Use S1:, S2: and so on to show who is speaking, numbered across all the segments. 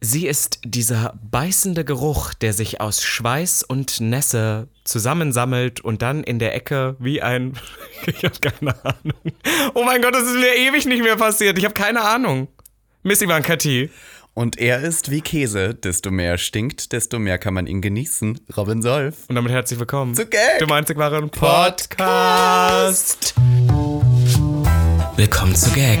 S1: Sie ist dieser beißende Geruch, der sich aus Schweiß und Nässe zusammensammelt und dann in der Ecke wie ein. ich habe keine Ahnung. Oh mein Gott, das ist mir ewig nicht mehr passiert. Ich habe keine Ahnung. Miss Ivankati.
S2: Und er ist wie Käse. Desto mehr er stinkt, desto mehr kann man ihn genießen. Robin Solf.
S1: Und damit herzlich willkommen
S2: Zu Gag.
S1: dem einzig wahren Podcast. Willkommen zu Gag,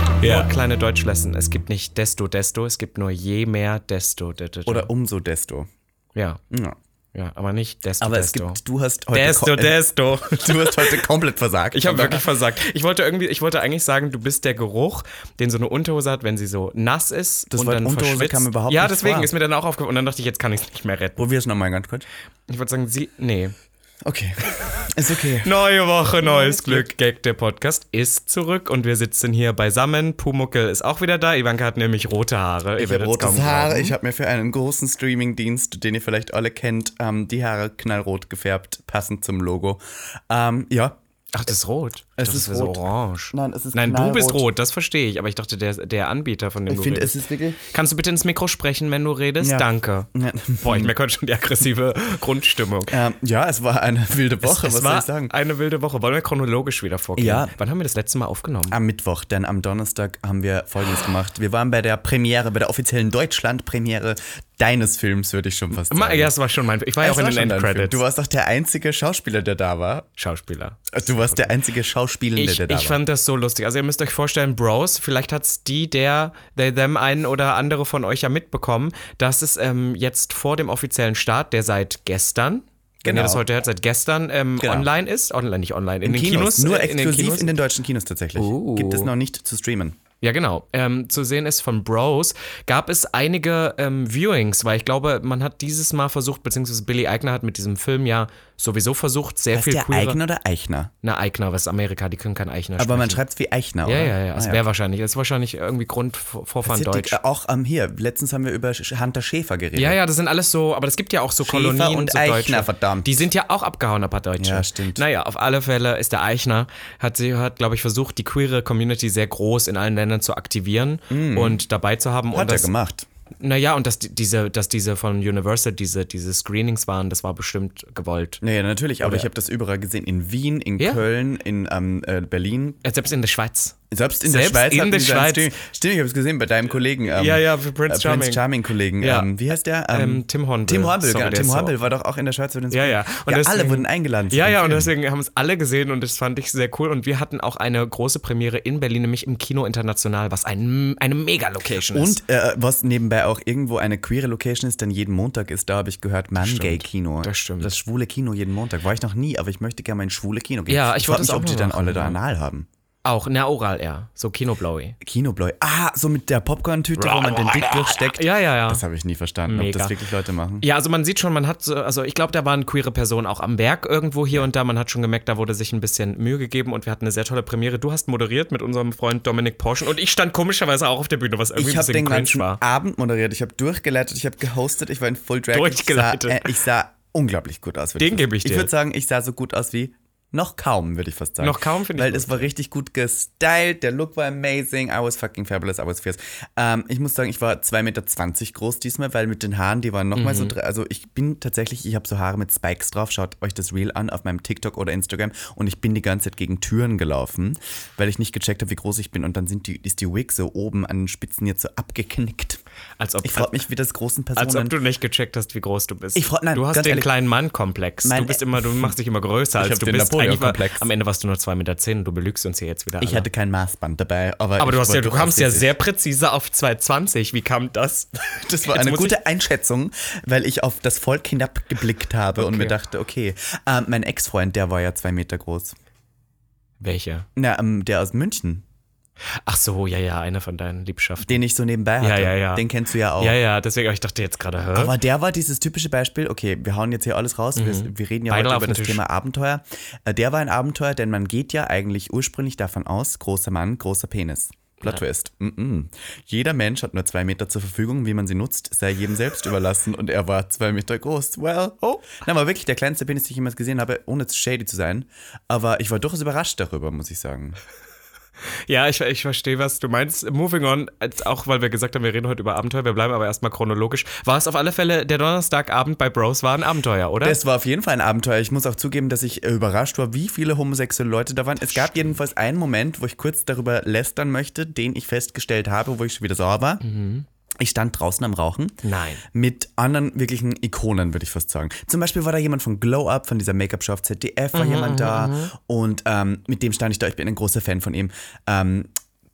S1: Ja. Kleine Deutschlessen. Es gibt nicht desto, desto. Es gibt nur je mehr, desto. d- d- d-
S2: Oder umso desto.
S1: Ja,
S2: Ja.
S1: ja, aber nicht desto,
S2: Aber es
S1: desto.
S2: gibt, du hast heute, äh,
S1: desto, desto.
S2: du hast heute komplett versagt.
S1: Ich habe wirklich versagt. Ich wollte irgendwie, ich wollte eigentlich sagen, du bist der Geruch, den so eine Unterhose hat, wenn sie so nass ist.
S2: Das
S1: und
S2: Wort
S1: dann
S2: Unterhose
S1: verschwitzt.
S2: kam überhaupt
S1: Ja,
S2: nicht
S1: deswegen
S2: vor.
S1: ist mir dann auch aufgefallen. Und dann dachte ich, jetzt kann ich es nicht mehr retten.
S2: Probier es nochmal ganz kurz.
S1: Ich wollte sagen, sie, nee.
S2: Okay. Ist okay.
S1: Neue Woche, neues Glück. Gag, der Podcast ist zurück und wir sitzen hier beisammen. Pumuckel ist auch wieder da. Ivanka hat nämlich rote Haare. Ich werde
S2: rotes Haar. Ich habe mir für einen großen Streamingdienst, den ihr vielleicht alle kennt, ähm, die Haare knallrot gefärbt, passend zum Logo. Ähm, ja.
S1: Ach, das ist rot.
S2: Es
S1: das
S2: ist rot.
S1: orange.
S2: Nein, es ist
S1: Nein, du bist
S2: knallrot.
S1: rot, das verstehe ich. Aber ich dachte, der, der Anbieter von dem du
S2: find,
S1: redest.
S2: es ist wirklich-
S1: Kannst du bitte ins Mikro sprechen, wenn du redest?
S2: Ja.
S1: Danke.
S2: Ja.
S1: Boah, ich merke heute schon die aggressive Grundstimmung.
S2: Ähm, ja, es war eine wilde Woche,
S1: es
S2: was
S1: war
S2: soll ich sagen?
S1: eine wilde Woche. Wollen wir chronologisch wieder vorgehen?
S2: Ja. Ah,
S1: Wann haben wir das letzte Mal aufgenommen?
S2: Am Mittwoch, denn am Donnerstag haben wir Folgendes gemacht. Wir waren bei der Premiere, bei der offiziellen Deutschland-Premiere deines Films, würde ich schon fast
S1: Ma-
S2: sagen.
S1: ja, es war schon mein. Ich war ja
S2: Es
S1: auch in
S2: war
S1: den
S2: schon dein Film.
S1: Endcredits.
S2: Du warst doch der einzige Schauspieler, der da war.
S1: Schauspieler.
S2: Du warst der einzige Schauspielende,
S1: Ich,
S2: der da
S1: ich
S2: war.
S1: fand das so lustig. Also ihr müsst euch vorstellen, Bros, vielleicht hat es die, der, they, them, einen oder andere von euch ja mitbekommen, dass es ähm, jetzt vor dem offiziellen Start, der seit gestern, wenn ihr
S2: Genau.
S1: das heute hört, seit gestern ähm,
S2: Genau.
S1: online ist, online, nicht online, in, den Kinos,
S2: Kinos, nur
S1: äh, in den
S2: exklusiv in den,
S1: Kinos,
S2: deutschen Kinos tatsächlich.
S1: Oh.
S2: Gibt es noch nicht zu streamen.
S1: ja genau, ähm, zu sehen ist von Bros, gab es einige ähm, Viewings, weil ich glaube, man hat dieses Mal versucht, beziehungsweise Billy Eigner hat mit diesem Film ja sowieso versucht, sehr
S2: Heißt
S1: viel
S2: der
S1: queere...
S2: Eigner oder Eichner?
S1: Na, Eigner, was ist Amerika, die können kein Eigner
S2: Aber man
S1: sprechen.
S2: schreibt es wie
S1: Ja,
S2: Eichner, oder?
S1: ja, ja. Das
S2: Ah,
S1: wäre wahrscheinlich. Das ist wahrscheinlich irgendwie Grundvorfahren
S2: Sind
S1: Deutsch.
S2: Die, auch ähm, hier, letztens haben wir über Sch- Hunter Schäfer geredet.
S1: Ja, ja, das sind alles so, aber es gibt ja auch so Kolonien
S2: und
S1: so
S2: Eichner,
S1: Deutsche.
S2: verdammt.
S1: Die sind ja auch abgehauen, ein paar Deutsche.
S2: Ja, stimmt.
S1: Naja, auf alle Fälle ist der Eichner, hat sie, hat, glaube ich, versucht, die queere Community sehr groß in allen Ländern zu aktivieren und dabei zu haben. und
S2: Mm. Hat er
S1: das,
S2: gemacht.
S1: Naja, und dass die, diese, dass diese von Universal diese, diese Screenings waren, das war bestimmt gewollt.
S2: Ja, ja, natürlich, aber ich habe das überall gesehen. In Wien, in
S1: Ja.
S2: Köln, in ähm, äh, Berlin.
S1: Äh, Selbst in der Schweiz.
S2: Selbst in
S1: Selbst
S2: der Schweiz.
S1: in
S2: hatten
S1: der
S2: die so ein
S1: Schweiz.
S2: Stream- Stimmt, ich habe es gesehen bei deinem Kollegen. Ähm,
S1: Ja, ja, für Prince
S2: äh, Prince
S1: Charming.
S2: Charming-Kollegen.
S1: Ja.
S2: Ähm, wie heißt der?
S1: Ähm, Tim Hornbill.
S2: Tim Hornbill,
S1: Sorry,
S2: genau.
S1: der
S2: Tim
S1: ist so-
S2: Hornbill war doch auch in der Schweiz. für den
S1: Ja,
S2: Stream.
S1: ja. Und
S2: ja alle
S1: deswegen-
S2: wurden eingeladen. zu
S1: Ja,
S2: dem
S1: ja, und
S2: Film.
S1: deswegen haben es alle gesehen und das fand ich sehr cool. Und wir hatten auch eine große Premiere in Berlin, nämlich im Kino International, was ein, eine Mega-Location ist.
S2: Und äh, was nebenbei auch irgendwo eine queere Location ist, denn jeden Montag ist da, habe ich gehört, Man-Gay-Kino.
S1: das stimmt.
S2: Das schwule Kino jeden Montag. War ich noch nie, aber ich möchte gerne mal ins schwule Kino gehen.
S1: Ja, ich
S2: frag
S1: wollte es
S2: mich,
S1: auch
S2: ob die
S1: mal
S2: dann
S1: machen,
S2: alle da
S1: ja.
S2: anal haben.
S1: Auch, na, oral eher. So Kinoblaui.
S2: Kinobläu. Ah, so mit der Popcorn-Tüte, wo man den Dick durchsteckt.
S1: Ja, ja, ja.
S2: Das habe ich nie verstanden, ob
S1: Mega.
S2: das wirklich Leute machen.
S1: Ja, also man sieht schon, man hat, so- also ich glaube, da waren queere Personen auch am Berg irgendwo hier und da. Man hat schon gemerkt, da wurde sich ein bisschen Mühe gegeben und wir hatten eine sehr tolle Premiere. Du hast moderiert mit unserem Freund Dominik Porschen und ich stand komischerweise auch auf der Bühne, was irgendwie
S2: Ich
S1: ein
S2: habe
S1: bisschen
S2: den
S1: cringe
S2: ganzen
S1: war.
S2: Abend moderiert, ich habe durchgeleitet, ich habe gehostet, ich war in Full Drag.
S1: Durchgeleitet.
S2: Ich sah, äh, ich sah unglaublich gut aus. würd
S1: Den
S2: ich fast-
S1: geb ich dir.
S2: Ich würde sagen, ich sah so gut aus wie noch kaum, würde ich fast sagen.
S1: Noch kaum finde ich
S2: Weil
S1: gut.
S2: es war richtig gut gestylt, der Look war amazing, I was fucking fabulous, I was fierce. Ähm, ich muss sagen, ich war 2,20 Meter groß diesmal, weil mit den Haaren, die waren nochmal
S1: Mhm.
S2: so, dre- also ich bin tatsächlich, ich habe so Haare mit Spikes drauf, schaut euch das Reel an auf meinem TikTok oder Instagram und ich bin die ganze Zeit gegen Türen gelaufen, weil ich nicht gecheckt habe, wie groß ich bin und dann sind die, ist die Wig so oben an den Spitzen jetzt so abgeknickt.
S1: Als ob,
S2: Ich frage mich, wie das großen
S1: als
S2: Personen...
S1: ob du nicht gecheckt hast, wie groß du bist.
S2: Ich freu- nein,
S1: du hast
S2: ganz
S1: den
S2: ehrlich.
S1: kleinen Mann-Komplex. Du
S2: Mein-
S1: bist immer, du machst dich immer größer, als
S2: hab
S1: du
S2: den
S1: bist. Eigentlich war,
S2: Napoleon-Komplex.
S1: am Ende warst du nur 2,10 Meter du belügst uns hier jetzt wieder.
S2: ich
S1: alle.
S2: hatte kein Maßband dabei, aber...
S1: aber du,
S2: ich
S1: hast ja,
S2: wollte
S1: du kamst ja
S2: aussehen.
S1: sehr präzise auf 2,20. Wie kam das?
S2: Das war
S1: Jetzt
S2: eine
S1: muss
S2: gute Einschätzung, weil ich auf das Volk hinabgeblickt habe und mir dachte, okay, ähm, mein Ex-Freund, der war ja zwei Meter groß.
S1: Welche?
S2: Na, ähm, der aus München.
S1: Ach so, ja, ja, einer von deinen Liebschaften.
S2: den ich so nebenbei hatte.
S1: Ja, ja, ja.
S2: Den kennst du ja auch.
S1: Ja, ja, deswegen, aber ich dachte jetzt gerade, hä?
S2: Oh. Aber der war dieses typische Beispiel, okay, wir hauen jetzt hier alles raus, wir, wir reden ja
S1: Beide Mhm.
S2: heute
S1: auf
S2: über
S1: den
S2: das
S1: Tisch.
S2: Thema Abenteuer. Äh, Der war ein Abenteuer, denn man geht ja eigentlich ursprünglich davon aus, großer Mann, großer Penis. Plot Twist. Mm -mm. Jeder Mensch hat nur zwei Meter zur Verfügung, wie man sie nutzt, sei jedem selbst überlassen und er war zwei Meter groß. Well, oh. Na, war wirklich der kleinste Penis, den ich jemals gesehen habe, ohne zu shady zu sein. Aber ich war durchaus überrascht darüber, muss ich sagen.
S1: Ja, ich, ich verstehe, was du meinst. Moving on, als auch weil wir gesagt haben, wir reden heute über Abenteuer, wir bleiben aber erstmal chronologisch. War es auf alle Fälle der Donnerstagabend bei Bros war ein Abenteuer, oder?
S2: Das war auf jeden Fall ein Abenteuer. Ich muss auch zugeben, dass ich äh, überrascht war, wie viele homosexuelle Leute da waren. es gab jedenfalls einen Moment, wo ich kurz darüber lästern möchte, den ich festgestellt habe, wo ich schon wieder sauer war. Ich stand draußen am Rauchen.
S1: Nein.
S2: Mit anderen wirklichen Ikonen, würde ich fast sagen. Zum Beispiel war da jemand von Glow Up, von dieser Make-up-Show auf ZDF, war jemand da. Und ähm, mit dem stand ich da. Ich bin ein großer Fan von ihm. Ähm,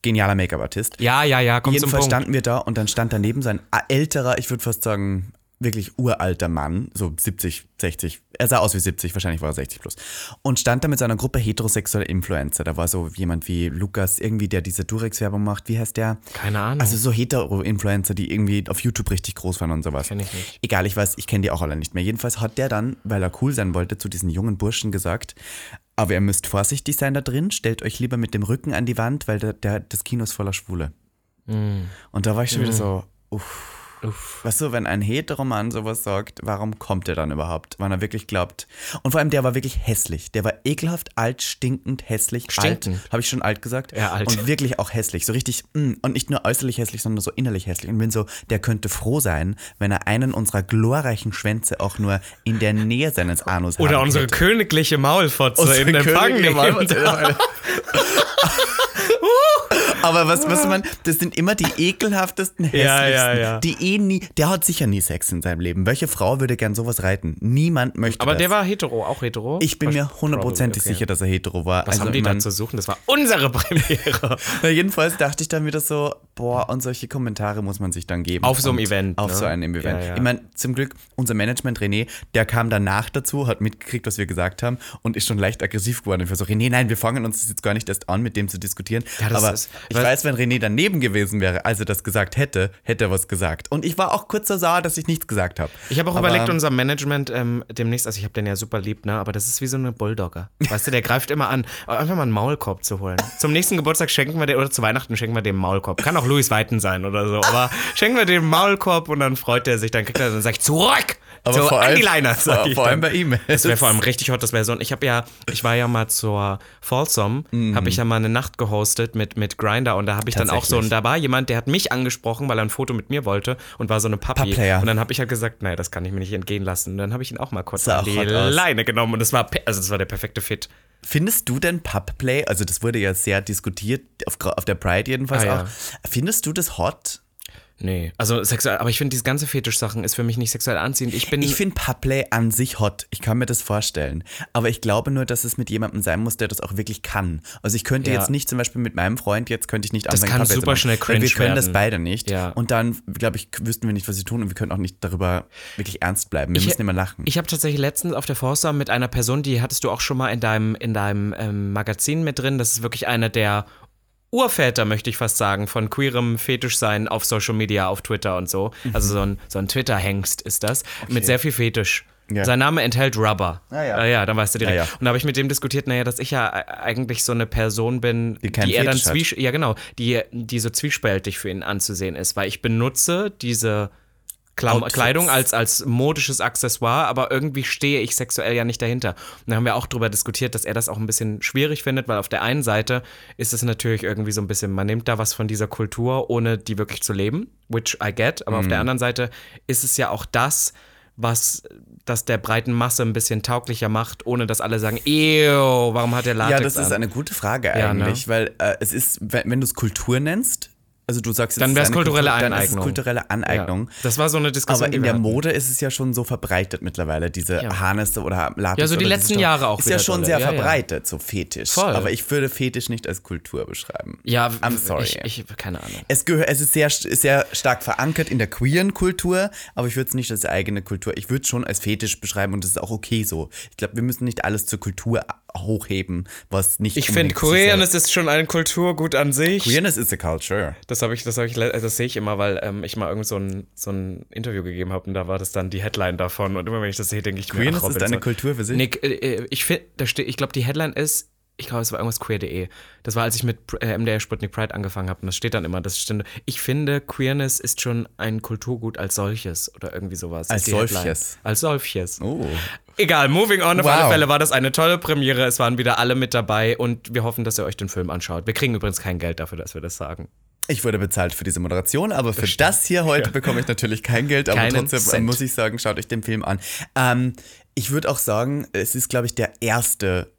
S2: genialer Make-up-Artist.
S1: ja, ja, ja, komm zum
S2: Jedenfalls
S1: Punkt.
S2: standen wir da und dann stand daneben so ein älterer, ich würde fast sagen, wirklich uralter Mann, so 70, 60. Er sah aus wie 70, wahrscheinlich war er 60 plus. Und stand da mit seiner Gruppe heterosexueller Influencer. Da war so jemand wie Lukas, irgendwie, der diese Durex-Werbung macht. Wie heißt der?
S1: Keine Ahnung.
S2: Also so Hetero-Influencer, die irgendwie auf YouTube richtig groß waren und sowas.
S1: Kenn ich nicht.
S2: Egal, ich weiß, ich kenne die auch alle nicht mehr. Jedenfalls hat der dann, weil er cool sein wollte, zu diesen jungen Burschen gesagt, aber ihr müsst vorsichtig sein da drin, stellt euch lieber mit dem Rücken an die Wand, weil der, der, das Kino ist voller Schwule. Und da war ich schon wieder so, uff.
S1: Mm. Uff.
S2: Weißt du, wenn ein Heteroman sowas sagt, warum kommt er dann überhaupt? Wann er wirklich glaubt. Und vor allem, der war wirklich hässlich. Der war ekelhaft alt, stinkend, hässlich.
S1: Stinkend.
S2: Alt, habe ich schon alt gesagt?
S1: Ja, alt.
S2: Und wirklich auch hässlich. So richtig, mm, und nicht nur äußerlich hässlich, sondern so innerlich hässlich. Und bin so, der könnte froh sein, wenn er einen unserer glorreichen Schwänze auch nur in der Nähe seines Anus
S1: Oder
S2: haben
S1: unsere
S2: könnte.
S1: königliche Maulfotze in
S2: Unsere
S1: Empfang
S2: Königin
S1: nehmen.
S2: Maulwurzel. Aber was, was man, das sind immer die ekelhaftesten, hässlichsten,
S1: Ja, ja, ja.
S2: die eh nie, der hat sicher nie Sex in seinem Leben. Welche Frau würde gern sowas reiten? Niemand möchte
S1: Aber
S2: das.
S1: der war hetero, auch hetero?
S2: ich bin mir hundertprozentig
S1: Probably, okay.
S2: sicher, dass er hetero war.
S1: Was
S2: Also
S1: haben die da
S2: man-
S1: zu suchen? Das war unsere Premiere.
S2: Na, jedenfalls dachte ich dann wieder so, boah, und solche Kommentare muss man sich dann geben.
S1: Auf so einem
S2: Und
S1: Event,
S2: Auf
S1: ne?
S2: so einem Event.
S1: Ja, ja.
S2: Ich meine, zum Glück, unser Management René, der kam danach dazu, hat mitgekriegt, was wir gesagt haben und ist schon leicht aggressiv geworden. Ich war so, René, nein, wir fangen uns das jetzt gar nicht erst an, mit dem zu diskutieren.
S1: Ja, das
S2: Aber
S1: ist-
S2: ich
S1: weil-
S2: weiß, wenn René daneben gewesen wäre, als er das gesagt hätte, hätte er was gesagt. Und ich war auch kurz so sauer, dass ich nichts gesagt habe.
S1: Ich habe auch
S2: Aber-
S1: überlegt, unser Management ähm, demnächst, also ich habe den ja super lieb, ne? aber das ist wie so eine Bulldogger. Weißt du, der greift immer an, einfach mal einen Maulkorb zu holen. Zum nächsten Geburtstag schenken wir den, oder zu Weihnachten schenken wir dem Maulkorb. Kann auch Louis Weiten sein oder so, aber schenken wir dem Maulkorb und dann freut er sich, dann kriegt er und sagt, zurück!
S2: aber
S1: so,
S2: vor
S1: an
S2: allem,
S1: die Leine, sag
S2: vor,
S1: ich
S2: vor allem
S1: dann.
S2: bei ihm.
S1: Das wäre vor allem richtig hot, das wäre so. Und ich habe ja, ich war ja mal zur Folsom, habe ich ja mal eine Nacht gehostet mit, mit Grinder und da habe ich dann auch so,
S2: Mhm. Tatsächlich.
S1: und da war jemand, der hat mich angesprochen, weil er ein Foto mit mir wollte und war so eine Papi.
S2: Papplayer.
S1: Und dann habe ich halt gesagt, nein, das kann ich mir nicht entgehen lassen. Und dann habe ich ihn auch mal kurz
S2: Sah
S1: an
S2: auch
S1: die
S2: hot aus.
S1: Leine genommen und das war, pe- also das war der perfekte Fit.
S2: Findest du denn Pubplay, also das wurde ja sehr diskutiert, auf, gra- auf der Pride jedenfalls
S1: Ah, ja.
S2: auch, findest du das hot?
S1: Nee, also sexuell, aber ich finde, diese ganze Fetisch-Sachen ist für mich nicht sexuell anziehend. Ich bin,
S2: Ich finde Pubplay an sich hot, ich kann mir das vorstellen, aber ich glaube nur, dass es mit jemandem sein muss, der das auch wirklich kann. Also ich könnte
S1: Ja.
S2: jetzt nicht zum Beispiel mit meinem Freund, jetzt könnte ich nicht anfangen,
S1: kann
S2: Pubplay zu
S1: super
S2: machen,
S1: schnell
S2: weil Wir
S1: cringe
S2: können das
S1: werden.
S2: beide nicht
S1: Ja.
S2: und dann, glaube ich, k- wüssten wir nicht, was wir tun und wir können auch nicht darüber wirklich ernst bleiben, wir müssen immer lachen.
S1: Ich habe tatsächlich letztens auf der Forsam mit einer Person, die hattest du auch schon mal in deinem, in deinem ähm, Magazin mit drin. Das ist wirklich einer der Urväter, möchte ich fast sagen, von queerem Fetischsein auf Social Media, auf Twitter und so.
S2: Mhm.
S1: Also so ein, so ein Twitter-Hengst ist das, mit sehr viel Fetisch.
S2: Ja.
S1: Sein Name enthält Rubber.
S2: Ah, ja.
S1: Ah, ja, dann weißt du direkt.
S2: Ja, ja.
S1: Und da habe ich mit dem diskutiert, naja, dass ich ja äh, eigentlich so eine Person bin, die,
S2: keinen
S1: er dann
S2: Fetisch hat.
S1: zwies ja genau, die, die so zwiespältig für ihn anzusehen ist, weil ich benutze diese Klam
S2: Outfits.
S1: Kleidung als, als modisches Accessoire, aber irgendwie stehe ich sexuell ja nicht dahinter. Und da haben wir auch drüber diskutiert, dass er das auch ein bisschen schwierig findet, weil auf der einen Seite ist es natürlich irgendwie so ein bisschen, man nimmt da was von dieser Kultur, ohne die wirklich zu leben, which I get, aber auf
S2: Mhm.
S1: der anderen Seite ist es ja auch das, was das der breiten Masse ein bisschen tauglicher macht, ohne dass alle sagen, ew, warum hat der Latex
S2: Ja, das ist
S1: an?
S2: eine gute Frage
S1: Ja, ne?
S2: eigentlich, weil äh, es ist, wenn, wenn du es Kultur nennst, also du sagst, es
S1: Dann
S2: ist
S1: wär's
S2: eine
S1: kulturelle
S2: Kultur, Dann ist es
S1: Aneignung.
S2: kulturelle Aneignung.
S1: ja. Das war so eine Diskussion.
S2: Aber
S1: die
S2: in
S1: wir
S2: der
S1: hatten.
S2: Mode ist es ja schon so verbreitet mittlerweile, diese
S1: Ja.
S2: Harnisse oder Latex.
S1: Ja, so die
S2: oder diese
S1: letzten
S2: Stoffe.
S1: Jahre auch
S2: Ist
S1: wieder
S2: ja schon
S1: dolle.
S2: sehr
S1: Ja, ja.
S2: verbreitet, so Fetisch.
S1: Voll.
S2: Aber ich würde Fetisch nicht als Kultur beschreiben.
S1: Ja,
S2: I'm sorry.
S1: Ich, ich, keine Ahnung.
S2: es, gehört, es ist sehr, sehr stark verankert in der queeren Kultur, aber ich würde es nicht als eigene Kultur, ich würde es schon als Fetisch beschreiben und das ist auch okay so. Ich glaube, wir müssen nicht alles zur Kultur hochheben, was nicht
S1: Ich finde,
S2: unbedingt so sehr-
S1: Koreanis ist schon ein Kulturgut an sich.
S2: Queerness is a culture.
S1: Das habe ich, das habe ich, le- das sehe ich immer, weil ähm, ich mal irgend so ein, so ein Interview gegeben habe und da war das dann die Headline davon und immer wenn ich das sehe, denke ich, mir,
S2: Queerness
S1: ach,
S2: ist
S1: Robinson.
S2: eine Kultur für sich.
S1: Nick, äh, ich finde, da steht, ich glaube, die Headline ist, ich glaube, es war irgendwas queer.de. Das war, als ich mit äh, MDR Sputnik Pride angefangen habe und das steht dann immer, das stimmt. Ich finde, Queerness ist schon ein Kulturgut als solches oder irgendwie sowas.
S2: Als
S1: ist die Headline.
S2: solches.
S1: Als solches.
S2: Oh.
S1: Egal, moving on. Auf
S2: Wow.
S1: alle Fälle war das eine tolle Premiere. Es waren wieder alle mit dabei und wir hoffen, dass ihr euch den Film anschaut. Wir kriegen übrigens kein Geld dafür, dass wir das sagen.
S2: Ich wurde bezahlt für diese Moderation, aber für das hier heute bekomme ich natürlich kein Geld, aber
S1: Keinen
S2: trotzdem äh,
S1: Cent.
S2: muss ich sagen, schaut euch den Film an. Ähm, ich würde auch sagen, es ist, glaube ich, der erste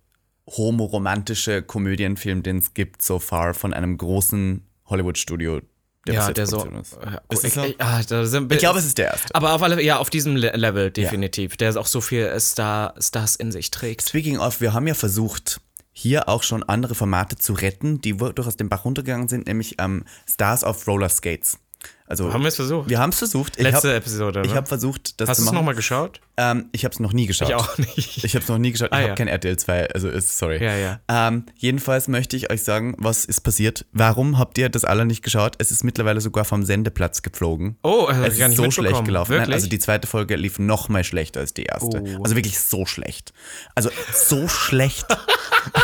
S2: homoromantische Komödienfilm, den es gibt so far von einem großen Hollywood-Studio, der bis
S1: Ja,
S2: jetzt
S1: der so.
S2: Produktion ist.
S1: Ja, Ah.
S2: Ist
S1: ich,
S2: es so?
S1: ich, ah, da sind,
S2: Ich glaube, es ist der erste.
S1: Aber auf alle, ja, auf diesem Le Level definitiv, der auch so viel Star, Stars in sich trägt.
S2: Speaking of, wir haben ja versucht, hier auch schon andere Formate zu retten, die wo- durchaus den Bach runtergegangen sind, nämlich ähm, Stars auf Roller Skates. Also
S1: Haben wir es versucht?
S2: wir haben es versucht. Ich
S1: Letzte
S2: hab-
S1: Episode.
S2: Ich
S1: ne?
S2: habe versucht, das
S1: Hast du
S2: zu
S1: es
S2: machen.
S1: nochmal geschaut?
S2: Ähm, ich habe es noch nie geschaut.
S1: Ich auch nicht.
S2: Ich habe es noch nie geschaut. Ich
S1: Ah,
S2: habe
S1: ja.
S2: kein RTL 2, also ist sorry.
S1: Ja, ja.
S2: Ähm, jedenfalls möchte ich euch sagen, was ist passiert? Warum habt ihr das alle nicht geschaut? Es ist mittlerweile sogar vom Sendeplatz geflogen.
S1: Oh, das hab
S2: es
S1: ich
S2: ist
S1: gar nicht
S2: so
S1: mitbekommen.
S2: schlecht gelaufen. Nein,
S1: Wirklich?
S2: also die zweite Folge lief noch mal schlechter als die erste.
S1: Oh.
S2: Also wirklich so schlecht. Also so schlecht.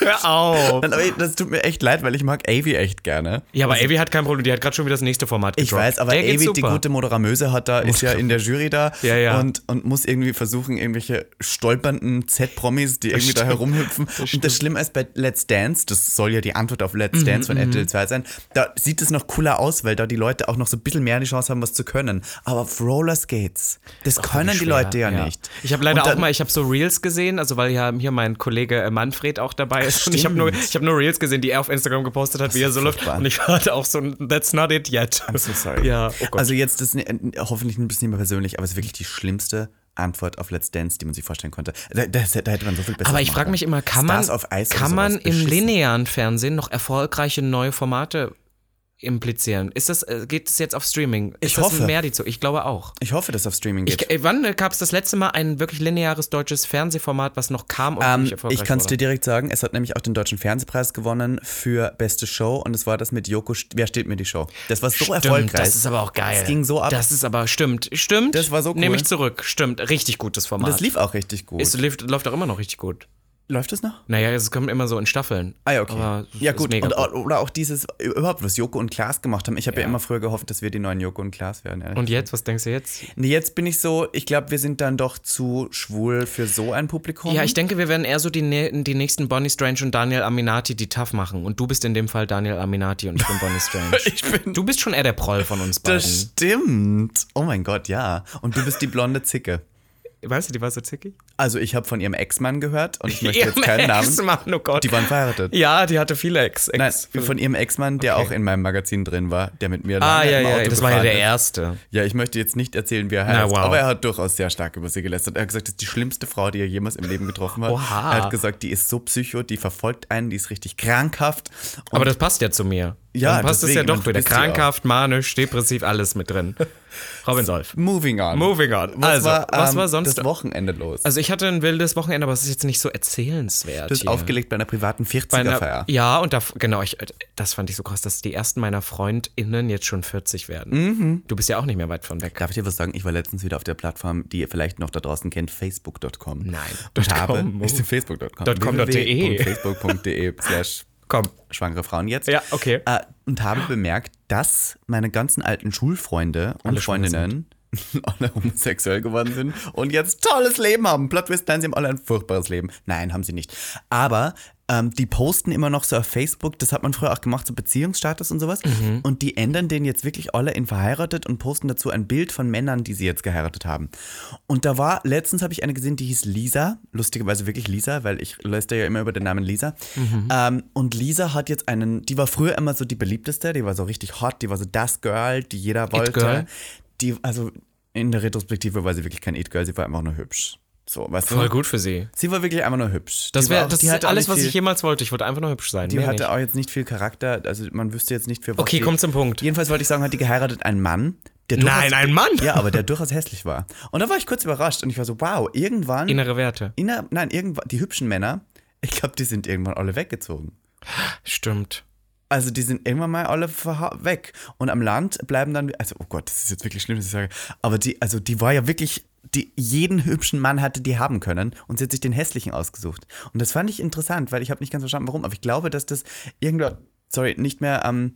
S1: Hör auf.
S2: Nein, aber ich- das tut mir echt leid, weil ich mag Avi echt gerne.
S1: Ja, aber Avi hat kein Problem, die hat gerade schon wieder das nächste Format
S2: Also- Ich weiß, aber
S1: Der geht's
S2: Avi, die
S1: super.
S2: gute Moderamöse hat da, ist ja in der Jury da
S1: Ja, ja.
S2: Und, und muss irgendwie versuchen, irgendwelche stolpernden Z-Promis, die irgendwie da
S1: stimmt. Mhm,
S2: herumhüpfen. und das Schlimme ist bei Let's Dance, das soll ja die Antwort auf Let's Dance von RTL 2 sein, da sieht es noch cooler aus, weil da die Leute auch noch so ein bisschen mehr die Chance haben, was zu können. Aber auf Rollerskates, das können die
S1: Schwer,
S2: Leute ja, nicht.
S1: Ich habe leider
S2: Und dann-
S1: auch mal, ich habe so Reels gesehen, also weil ja hier mein Kollege äh, Manfred auch dabei ist. Und ich habe nur, ich habe nur Reels gesehen, die er auf Instagram gepostet hat, wie er so läuft.
S2: furchtbar.
S1: Und ich hatte auch so ein That's not it yet. I'm
S2: so sorry.
S1: Ja, oh Gott.
S2: Also jetzt ist äh, hoffentlich ein bisschen mehr persönlich, aber es ist wirklich die schlimmste Antwort auf Let's Dance, die man sich vorstellen konnte. Da, das, da hätte man so viel besser
S1: aber ich
S2: machen
S1: frage
S2: können.
S1: mich immer, kann man,
S2: Stars auf Eis oder
S1: kann man
S2: sowas,
S1: im
S2: beschissen.
S1: linearen Fernsehen noch erfolgreiche neue Formate implizieren? Ist das, äh, geht es jetzt auf Streaming? Ist
S2: Ich
S1: das
S2: hoffe.
S1: mehr die zu? Ich glaube auch.
S2: Ich hoffe, dass es auf Streaming geht.
S1: Ich, äh, wann gab es das letzte Mal ein wirklich lineares deutsches Fernsehformat, was noch kam und
S2: Ähm,
S1: nicht erfolgreich
S2: ich kann es dir
S1: wurde?
S2: direkt sagen, es hat nämlich auch den Deutschen Fernsehpreis gewonnen für beste Show und es war das mit Joko, St Wer steht mir die Show? Das war so
S1: Stimmt,
S2: erfolgreich.
S1: das ist aber auch geil.
S2: Es ging so ab. Das,
S1: Das ist aber, stimmt, stimmt.
S2: Das war so cool.
S1: Nehme ich zurück, stimmt. Richtig gutes Format.
S2: lief auch richtig gut.
S1: es läuft, läuft auch immer noch richtig gut.
S2: läuft es noch?
S1: Naja, es kommt immer so in Staffeln.
S2: Ah ja, okay.
S1: Aber es
S2: ja
S1: ist
S2: gut,
S1: mega
S2: und, au- oder auch dieses, überhaupt was Joko und Klaas gemacht haben. Ich habe ja. immer früher gehofft, dass wir die neuen Joko und Klaas werden. ehrlich.
S1: Und jetzt, was denkst du jetzt?
S2: nee, jetzt bin ich so, ich glaube, wir sind dann doch zu schwul für so ein Publikum.
S1: Ja, ich denke, wir werden eher so die, nä- die nächsten Bonnie Strange und Daniel Aminati, die tough machen. Und du bist in dem Fall Daniel Aminati und ich bin Bonnie Strange.
S2: ich bin...
S1: du bist schon eher der Proll von uns beiden.
S2: Das stimmt. Oh mein Gott, ja. Und du bist die blonde Zicke.
S1: weißt du, die war so zickig?
S2: Also ich habe von ihrem Ex-Mann gehört und ich möchte jetzt
S1: Ihrem
S2: keinen Namen.
S1: Ex-Mann, oh Gott.
S2: Die waren verheiratet.
S1: ja, die hatte viele Ex. Ex
S2: Nein, von ihrem Ex-Mann, der
S1: Okay.
S2: auch in meinem Magazin drin war, der mit mir
S1: ah,
S2: lange
S1: ja,
S2: im
S1: ja,
S2: Auto
S1: das war ja
S2: gefahren
S1: der
S2: ist.
S1: erste.
S2: Ja, ich möchte jetzt nicht erzählen, wie er
S1: Na,
S2: heißt,
S1: wow.
S2: aber er hat durchaus sehr stark über sie gelästert. Er hat gesagt, das ist die schlimmste Frau, die er jemals im Leben getroffen hat.
S1: Oha.
S2: Er hat gesagt, die ist so psycho, die verfolgt einen, die ist richtig krankhaft. Und
S1: Aber das passt ja zu mir.
S2: Ja,
S1: Dann passt es ja
S2: deswegen, und
S1: doch
S2: du
S1: wieder.
S2: bist ja
S1: Krankhaft, manisch, depressiv, alles mit drin. Robin Solf.
S2: moving on.
S1: Moving on.
S2: Was
S1: also,
S2: war,
S1: was
S2: ähm,
S1: war sonst?
S2: das Wochenende los?
S1: also, ich hatte ein wildes Wochenende, aber es ist jetzt nicht so erzählenswert.
S2: du bist
S1: hier.
S2: aufgelegt bei einer privaten
S1: Bei einer-
S2: 40er-Feier.
S1: ja, und da, genau, ich, das fand ich so krass, dass die ersten meiner FreundInnen jetzt schon 40 werden.
S2: Mhm.
S1: Du bist ja auch nicht mehr weit von weg.
S2: Darf ich dir was sagen? Ich war letztens wieder auf der Plattform, die ihr vielleicht noch da draußen kennt, facebook.com.
S1: Nein.
S2: Und habe,
S1: .com, oh.
S2: ich bin facebook.com.
S1: Dot com, dot E de.
S2: facebook.de slash
S1: Komm.
S2: schwangere Frauen jetzt.
S1: Ja, okay.
S2: Äh, und habe bemerkt, dass meine ganzen alten Schulfreunde und
S1: schwul
S2: Freundinnen alle homosexuell geworden sind und jetzt tolles Leben haben. Plot Twist, nein, sie haben alle ein furchtbares Leben. Nein, haben sie nicht. Aber ähm, die posten immer noch so auf Facebook, das hat man früher auch gemacht, so Beziehungsstatus und sowas. Und die ändern den jetzt wirklich alle in verheiratet und posten dazu ein Bild von Männern, die sie jetzt geheiratet haben. Und da war, letztens habe ich eine gesehen, die hieß Lisa. Lustigerweise wirklich Lisa, weil ich lässt ja immer über den Namen Lisa. Ähm, und Lisa hat jetzt einen, die war früher immer so die beliebteste, die war so richtig hot, die war so das Girl, die jeder wollte.
S1: Girl?
S2: Die, also in der Retrospektive war sie wirklich kein It-Girl, sie war einfach nur hübsch. So, weißt
S1: Voll
S2: du?
S1: gut für sie.
S2: Sie war wirklich einfach nur hübsch.
S1: Das
S2: Die war
S1: wäre
S2: auch-
S1: das
S2: die
S1: ist
S2: hatte auch
S1: alles,
S2: nicht
S1: was
S2: viel-
S1: ich jemals wollte. Ich wollte einfach nur hübsch sein.
S2: Die
S1: mehr
S2: hatte
S1: nicht.
S2: auch jetzt nicht viel Charakter, also man wüsste jetzt nicht, für was.
S1: Okay,
S2: die-
S1: komm zum Punkt.
S2: Jedenfalls wollte ich sagen, hat die geheiratet einen Mann. Der
S1: Nein,
S2: durchaus-
S1: ein Mann?
S2: Ja, aber der durchaus hässlich war. Und da war ich kurz überrascht und ich war so, wow, irgendwann.
S1: Innere Werte.
S2: Inner, nein, irgendwann, die hübschen Männer Ich glaube, die sind irgendwann alle weggezogen.
S1: Stimmt.
S2: Also die sind irgendwann mal alle verha- weg. Und am Land bleiben dann, also oh Gott, das ist jetzt wirklich schlimm, dass ich sage, aber die, also die war ja wirklich, die, jeden hübschen Mann hätte die haben können und sie hat sich den hässlichen ausgesucht. Und das fand ich interessant, weil ich habe nicht ganz verstanden, warum, aber ich glaube, dass das irgendwann, sorry, nicht mehr ähm,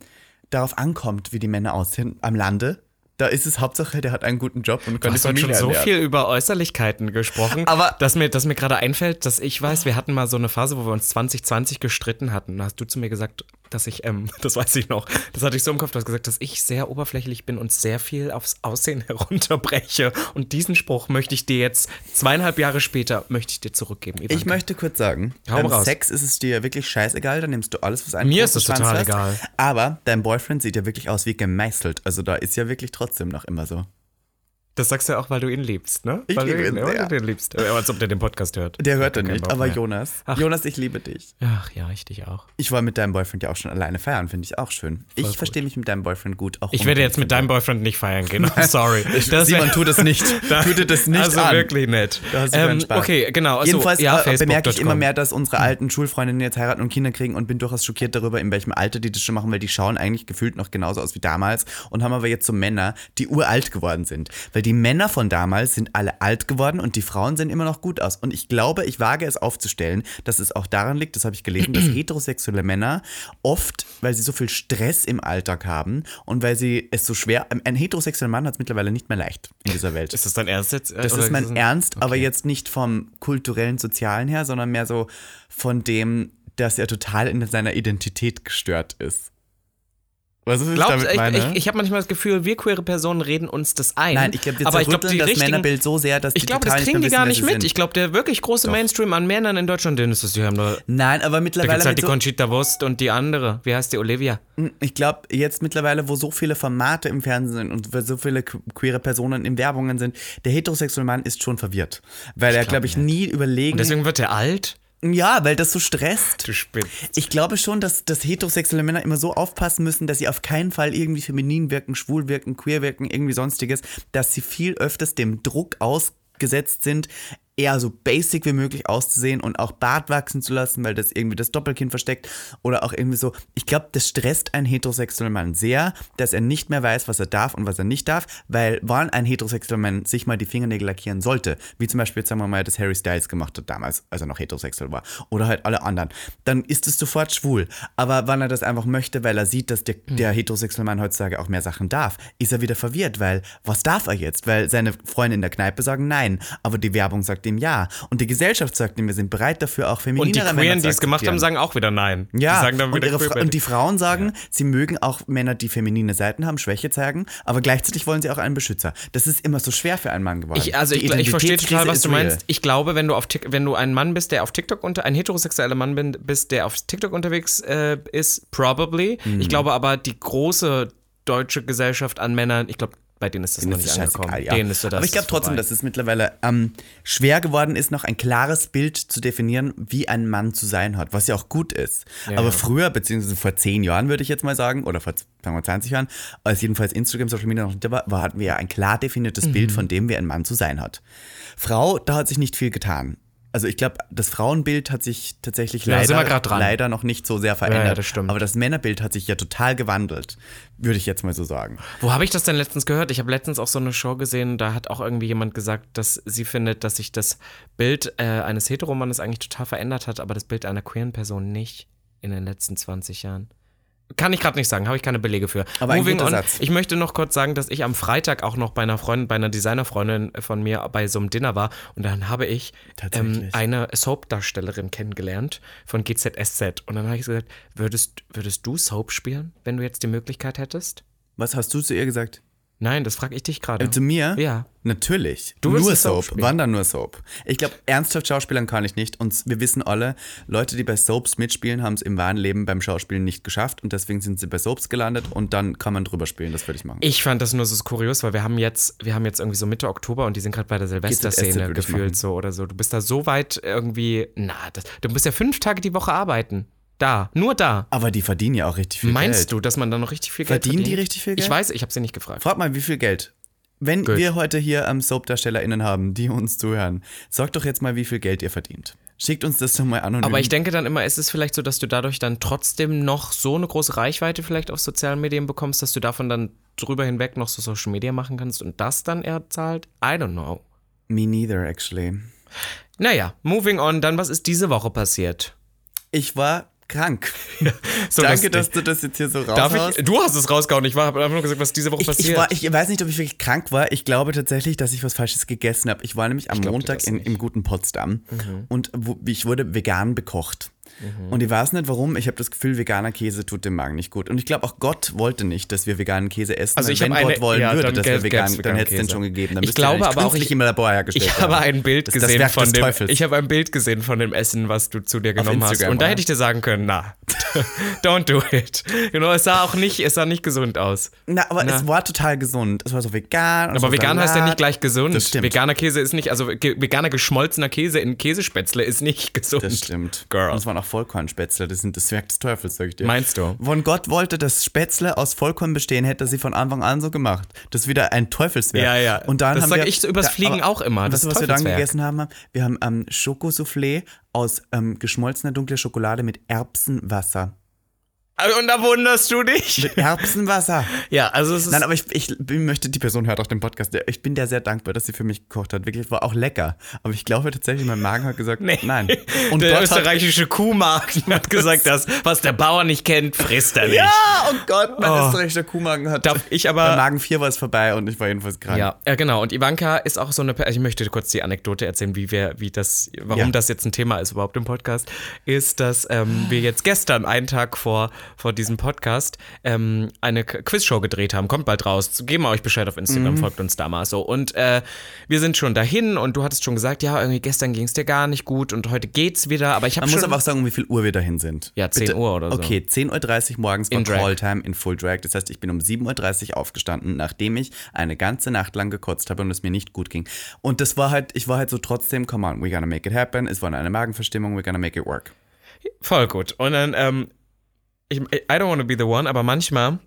S2: darauf ankommt, wie die Männer aussehen am Lande. Da ist es Hauptsache, der hat einen guten Job und
S1: Du
S2: kann die
S1: hast heute
S2: Familie
S1: schon so
S2: ernähren.
S1: viel über Äußerlichkeiten gesprochen,
S2: Aber-
S1: dass mir, dass mir gerade einfällt, dass ich weiß, wir hatten mal so eine Phase, wo wir uns 2020 gestritten hatten. Da hast du zu mir gesagt, dass ich, ähm, das weiß ich noch, das hatte ich so im Kopf, du hast gesagt, dass ich sehr oberflächlich bin und sehr viel aufs Aussehen herunterbreche. Und diesen Spruch möchte ich dir jetzt zweieinhalb Jahre später, möchte ich dir zurückgeben. Ivanka.
S2: Ich möchte kurz sagen,
S1: Hau
S2: beim
S1: raus.
S2: Sex ist es dir wirklich scheißegal, dann nimmst du alles, was einem
S1: Mir
S2: großen
S1: ist es
S2: Schwanz
S1: total
S2: hast.
S1: egal.
S2: Aber dein Boyfriend sieht ja wirklich aus wie gemeißelt. Also da ist ja wirklich trotzdem noch immer so.
S1: das sagst du ja auch, weil du ihn liebst, ne?
S2: Ich
S1: weil
S2: liebe
S1: du
S2: ihn
S1: weil
S2: sehr.
S1: du den liebst. Äh, Als ob der den Podcast hört.
S2: Der hört er
S1: Kein
S2: nicht,
S1: Bock
S2: aber
S1: mehr.
S2: Jonas.
S1: Ach.
S2: Jonas, ich liebe dich.
S1: Ach ja, ich dich auch.
S2: Ich war mit deinem Boyfriend ja auch schon alleine feiern, finde ich auch schön. ich verstehe mich mit deinem Boyfriend gut. Auch
S1: Ich werde jetzt mit deinem Boyfriend nicht feiern gehen. I'm sorry.
S2: Das Simon, tu das nicht. tu dir das nicht
S1: also
S2: an.
S1: wirklich nett.
S2: Da hast du keinen
S1: ähm,
S2: Spaß.
S1: okay, genau. Also,
S2: Jedenfalls
S1: ja,
S2: äh, bemerke ich
S1: facebook.com.
S2: immer mehr, dass
S1: Hm.
S2: unsere alten Schulfreundinnen jetzt heiraten und Kinder kriegen und bin durchaus schockiert darüber, in welchem Alter die das schon machen, weil die schauen eigentlich gefühlt noch genauso aus wie damals und haben aber jetzt so Männer, die uralt geworden sind. Weil die Männer von damals sind alle alt geworden und die Frauen sehen immer noch gut aus. Und ich glaube, ich wage es aufzustellen, dass es auch daran liegt, das habe ich gelesen, dass heterosexuelle Männer oft, weil sie so viel Stress im Alltag haben und weil sie es so schwer, ein heterosexueller Mann hat es mittlerweile nicht mehr leicht in dieser Welt.
S1: Ist das dein Ernst jetzt?
S2: Das ist mein Ernst, aber jetzt nicht vom kulturellen, sozialen her, sondern mehr so von dem, dass er total in seiner Identität gestört ist. Was ist
S1: Glaubt,
S2: damit
S1: ich
S2: meine?
S1: ich, ich habe manchmal das Gefühl, wir queere Personen reden uns das ein.
S2: Nein, ich glaube, wir
S1: aber ich glaub,
S2: zerrütteln
S1: die
S2: das
S1: richtigen-
S2: Männerbild so sehr, dass
S1: Ich
S2: die
S1: glaube,
S2: total
S1: das kriegen die
S2: mehr
S1: gar
S2: wissen,
S1: nicht
S2: wer sie
S1: mit.
S2: sind.
S1: Ich glaube, der wirklich große Mainstream an Männern in Deutschland, den ist es, die haben da.
S2: Nein,
S1: Da
S2: aber
S1: gibt
S2: mittlerweile
S1: es halt die
S2: mit so,
S1: Conchita Wurst und die andere. Wie heißt die? Olivia.
S2: ich glaube, jetzt mittlerweile, wo so viele Formate im Fernsehen sind und wo so viele que- queere Personen in Werbungen sind, der heterosexuelle Mann ist schon verwirrt, weil er, glaube ich, nie überlegen,
S1: Und deswegen wird der alt?
S2: ja, weil das so stresst.
S1: Du spinnst.
S2: Ich glaube schon, dass, dass heterosexuelle Männer immer so aufpassen müssen, dass sie auf keinen Fall irgendwie feminin wirken, schwul wirken, queer wirken, irgendwie sonstiges, dass sie viel öfters dem Druck ausgesetzt sind, eher so basic wie möglich auszusehen und auch Bart wachsen zu lassen, weil das irgendwie das Doppelkinn versteckt oder auch irgendwie so. Ich glaube, das stresst einen heterosexuellen Mann sehr, dass er nicht mehr weiß, was er darf und was er nicht darf, weil wann ein heterosexueller Mann sich mal die Fingernägel lackieren sollte, wie zum Beispiel, jetzt sagen wir mal, das Harry Styles gemacht hat damals, als er noch heterosexuell war, oder halt alle anderen, dann ist es sofort schwul. Aber wann er das einfach möchte, weil er sieht, dass der,
S1: Hm.
S2: der heterosexuelle Mann heutzutage auch mehr Sachen darf, ist er wieder verwirrt, weil was darf er jetzt? Weil seine Freunde in der Kneipe sagen nein, aber die Werbung sagt ihm ja. Und die Gesellschaft sagt ihm, wir sind bereit dafür, auch
S1: Und die
S2: femininere Männer
S1: Queeren,
S2: zu
S1: die es gemacht haben,
S2: akzeptieren.
S1: sagen auch wieder nein.
S2: Ja,
S1: die sagen dann
S2: und,
S1: wieder
S2: ihre Fra-
S1: queerbaiting.
S2: und die Frauen sagen, sie mögen auch Männer, die feminine Seiten haben, Schwäche zeigen, aber gleichzeitig wollen sie auch einen Beschützer. Das ist immer so schwer für einen Mann geworden.
S1: Ich, also
S2: Die
S1: ich, gl- ich verstehe
S2: Identitätskrise
S1: total, was
S2: ist
S1: du
S2: real.
S1: meinst. Ich glaube, wenn du auf Tik- wenn du ein Mann bist, der auf TikTok unter ein heterosexueller Mann bin, bist, der auf TikTok unterwegs äh, ist, probably.
S2: Mhm.
S1: Ich glaube aber die große deutsche Gesellschaft an Männern, ich glaube, bei denen ist das noch
S2: Das
S1: nicht
S2: ist
S1: angekommen.
S2: scheißegal, ja.
S1: Denen ist so das
S2: Aber ich glaube
S1: ist
S2: trotzdem,
S1: vorbei.
S2: dass es mittlerweile ähm, schwer geworden ist, noch ein klares Bild zu definieren, wie ein Mann zu sein hat, was ja auch gut ist. Aber früher, beziehungsweise vor zehn Jahren, würde ich jetzt mal sagen, oder vor sagen wir, 20 Jahren, als jedenfalls Instagram, Social Media noch nicht da war, war, hatten wir ja ein klar
S1: Mhm.
S2: definiertes Bild von dem, wie ein Mann zu sein hat. Frau, da hat sich nicht viel getan. Also ich glaube, das Frauenbild hat sich tatsächlich
S1: Ja, da sind wir
S2: leider,
S1: grad dran.
S2: leider noch nicht so sehr verändert.
S1: das stimmt.
S2: Aber das Männerbild hat sich ja total gewandelt, würde ich jetzt mal so sagen.
S1: Wo habe ich das denn letztens gehört? Ich habe letztens auch so eine Show gesehen, da hat auch irgendwie jemand gesagt, dass sie findet, dass sich das Bild äh, eines Heteromannes eigentlich total verändert hat, aber das Bild einer queeren Person nicht in den letzten 20 Jahren. Kann ich gerade nicht sagen, habe ich keine Belege für.
S2: Aber ein guter
S1: on,
S2: Satz.
S1: ich möchte noch kurz sagen, dass ich am Freitag auch noch bei einer Freundin, bei einer Designerfreundin von mir bei so einem Dinner war und dann habe ich ähm,
S2: Tatsächlich.
S1: eine Soap-Darstellerin kennengelernt von GZSZ und dann habe ich gesagt, würdest, würdest du Soap spielen, wenn du jetzt die Möglichkeit hättest?
S2: Was hast du zu ihr gesagt?
S1: Nein, das frage ich dich gerade.
S2: Zu mir?
S1: Ja.
S2: Natürlich.
S1: Du willst
S2: nur
S1: das Soap
S2: Soap.
S1: spielen.
S2: Wandern nur Soap. Ich glaube, ernsthaft Schauspielern kann ich nicht. Und wir wissen alle, Leute, die bei Soaps mitspielen, haben es im wahren Leben beim Schauspielen nicht geschafft. Und deswegen sind sie bei Soaps gelandet. Und dann kann man drüber spielen. Das würde ich machen.
S1: Ich fand das nur so kurios, weil wir haben jetzt, wir haben jetzt irgendwie so Mitte Oktober und die sind gerade bei der
S2: GZSZ
S1: Silvesterszene
S2: würde ich machen.
S1: gefühlt so oder so. Du bist da so weit irgendwie, na, das, du musst ja fünf Tage die Woche arbeiten. Da, nur da.
S2: Aber die verdienen ja auch richtig viel
S1: Meinst
S2: Geld.
S1: du, dass man da noch richtig viel
S2: Verdienen
S1: Geld
S2: die
S1: verdient?
S2: richtig viel Geld?
S1: Ich weiß, ich habe sie nicht gefragt.
S2: Frag mal, wie viel Geld? Wenn wir heute hier ähm, Soap-DarstellerInnen haben, die uns zuhören, sagt doch jetzt mal, wie viel Geld ihr verdient. Schickt uns das doch mal an.
S1: Aber ich denke dann immer, ist es vielleicht so, dass du dadurch dann trotzdem noch so eine große Reichweite vielleicht auf sozialen Medien bekommst, dass du davon dann drüber hinweg noch so Social Media machen kannst und das dann eher zahlt? I don't know.
S2: Me neither, actually.
S1: Naja, moving on, dann was ist diese Woche passiert?
S2: Ich war krank.
S1: So
S2: Danke,
S1: lustig.
S2: dass du das jetzt hier so raushaust.
S1: Darf ich, du hast es rausgehauen, ich war- hab einfach nur gesagt, was diese Woche
S2: Ich,
S1: passiert.
S2: ich, war, ich weiß nicht, ob ich wirklich krank war. Ich glaube tatsächlich, dass ich was Falsches gegessen habe. Ich war nämlich am
S1: glaub dir
S2: Montag
S1: das
S2: in,
S1: nicht. Mhm.
S2: im guten Potsdam und wo, ich wurde vegan bekocht. Und ich weiß nicht warum. Ich habe das Gefühl, veganer Käse tut dem Magen nicht gut. Und ich glaube, auch Gott wollte nicht, dass wir veganen Käse essen.
S1: Also
S2: Weil
S1: ich
S2: wenn
S1: hab
S2: Gott
S1: eine-
S2: wollen
S1: ja,
S2: würde,
S1: dann
S2: dass
S1: gäb-
S2: wir vegan,
S1: gäb's
S2: dann
S1: veganen
S2: hätte es den
S1: Käse.
S2: schon gegeben. Dann
S1: Ich
S2: müsste er
S1: glaube
S2: nicht
S1: aber auch,
S2: künstlich
S1: ich-
S2: im Labor hergestellt.
S1: Ich habe
S2: haben.
S1: ein Bild
S2: Das- das
S1: gesehen
S2: Werk
S1: von
S2: des
S1: dem.
S2: Teufels.
S1: Ich habe ein Bild gesehen von dem Essen, was du zu dir genommen hast.
S2: Instagram,
S1: Und da
S2: oder?
S1: hätte ich dir sagen können, na, don't do it. Genau, es sah auch nicht, es sah nicht gesund aus.
S2: Na, aber
S1: Na.
S2: es war total gesund. Es war so vegan. und es
S1: Aber
S2: war
S1: vegan heißt ja
S2: Salat.
S1: nicht gleich gesund.
S2: Das stimmt.
S1: Veganer Käse ist nicht, also ge veganer geschmolzener Käse in Käsespätzle ist nicht gesund.
S2: Das stimmt.
S1: Girl.
S2: Und es waren auch Vollkornspätzle, das sind das Werk des Teufels, sag ich dir.
S1: Meinst du?
S2: Wenn Gott wollte, dass Spätzle aus Vollkorn bestehen, hätte er sie von Anfang an so gemacht. Das ist wieder ein Teufelswerk.
S1: Ja, ja.
S2: Und dann
S1: Das
S2: haben
S1: sag
S2: wir,
S1: ich so übers Fliegen
S2: aber-
S1: auch immer,
S2: und
S1: das
S2: Weißt du, was wir dann
S1: Teufelswerk.
S2: gegessen haben? haben? Wir haben ähm, Schokosoufflé aus ähm, geschmolzener dunkler Schokolade mit Erbsenwasser.
S1: Und da wunderst du dich?
S2: Erbsenwasser!
S1: Ja, also es ist.
S2: Nein, aber ich, ich bin, möchte, die Person hört auch den Podcast. Ich bin der sehr dankbar, dass sie für mich gekocht hat. Wirklich, war auch lecker. Aber ich glaube tatsächlich, mein Magen hat gesagt,
S1: Nee.
S2: nein.
S1: Und der
S2: Gott hat
S1: österreichische Kuhmarkt hat gesagt, dass was der Bauer nicht kennt, frisst er nicht.
S2: Ja, oh Gott, mein
S1: Oh.
S2: österreichischer Kuhmagen hat.
S1: Darf ich
S2: Bei
S1: aber
S2: Magen 4 war es vorbei und ich war jedenfalls krank.
S1: Ja, ja, genau. Und Ivanka ist auch so eine. Per- Also Ich möchte kurz die Anekdote erzählen, wie wir, wie das, warum
S2: Ja.
S1: das jetzt ein Thema ist überhaupt im Podcast, ist, dass ähm, wir jetzt gestern einen Tag vor vor diesem Podcast ähm, eine K- Quizshow gedreht haben. Kommt bald raus. Geben wir euch Bescheid auf Instagram.
S2: Mhm.
S1: Folgt uns da mal so. Und äh, wir sind schon dahin. Und du hattest schon gesagt, ja, irgendwie gestern ging es dir gar nicht gut und heute geht's wieder. Aber ich habe
S2: Man
S1: schon
S2: muss aber auch sagen, um wie viel Uhr wir dahin sind.
S1: Ja, 10 Uhr oder so.
S2: Okay, 10.30 Uhr morgens war
S1: In Drag.
S2: Calltime in Full Drag. Das heißt, ich bin um 7.30 Uhr aufgestanden, nachdem ich eine ganze Nacht lang gekotzt habe und es mir nicht gut ging. Und das war halt, ich war halt so trotzdem, come on, we're gonna make it happen. Es war eine Magenverstimmung, we're gonna make it work.
S1: Voll gut. Und dann, ähm, ich, I don't want to be the one, aber manchmal,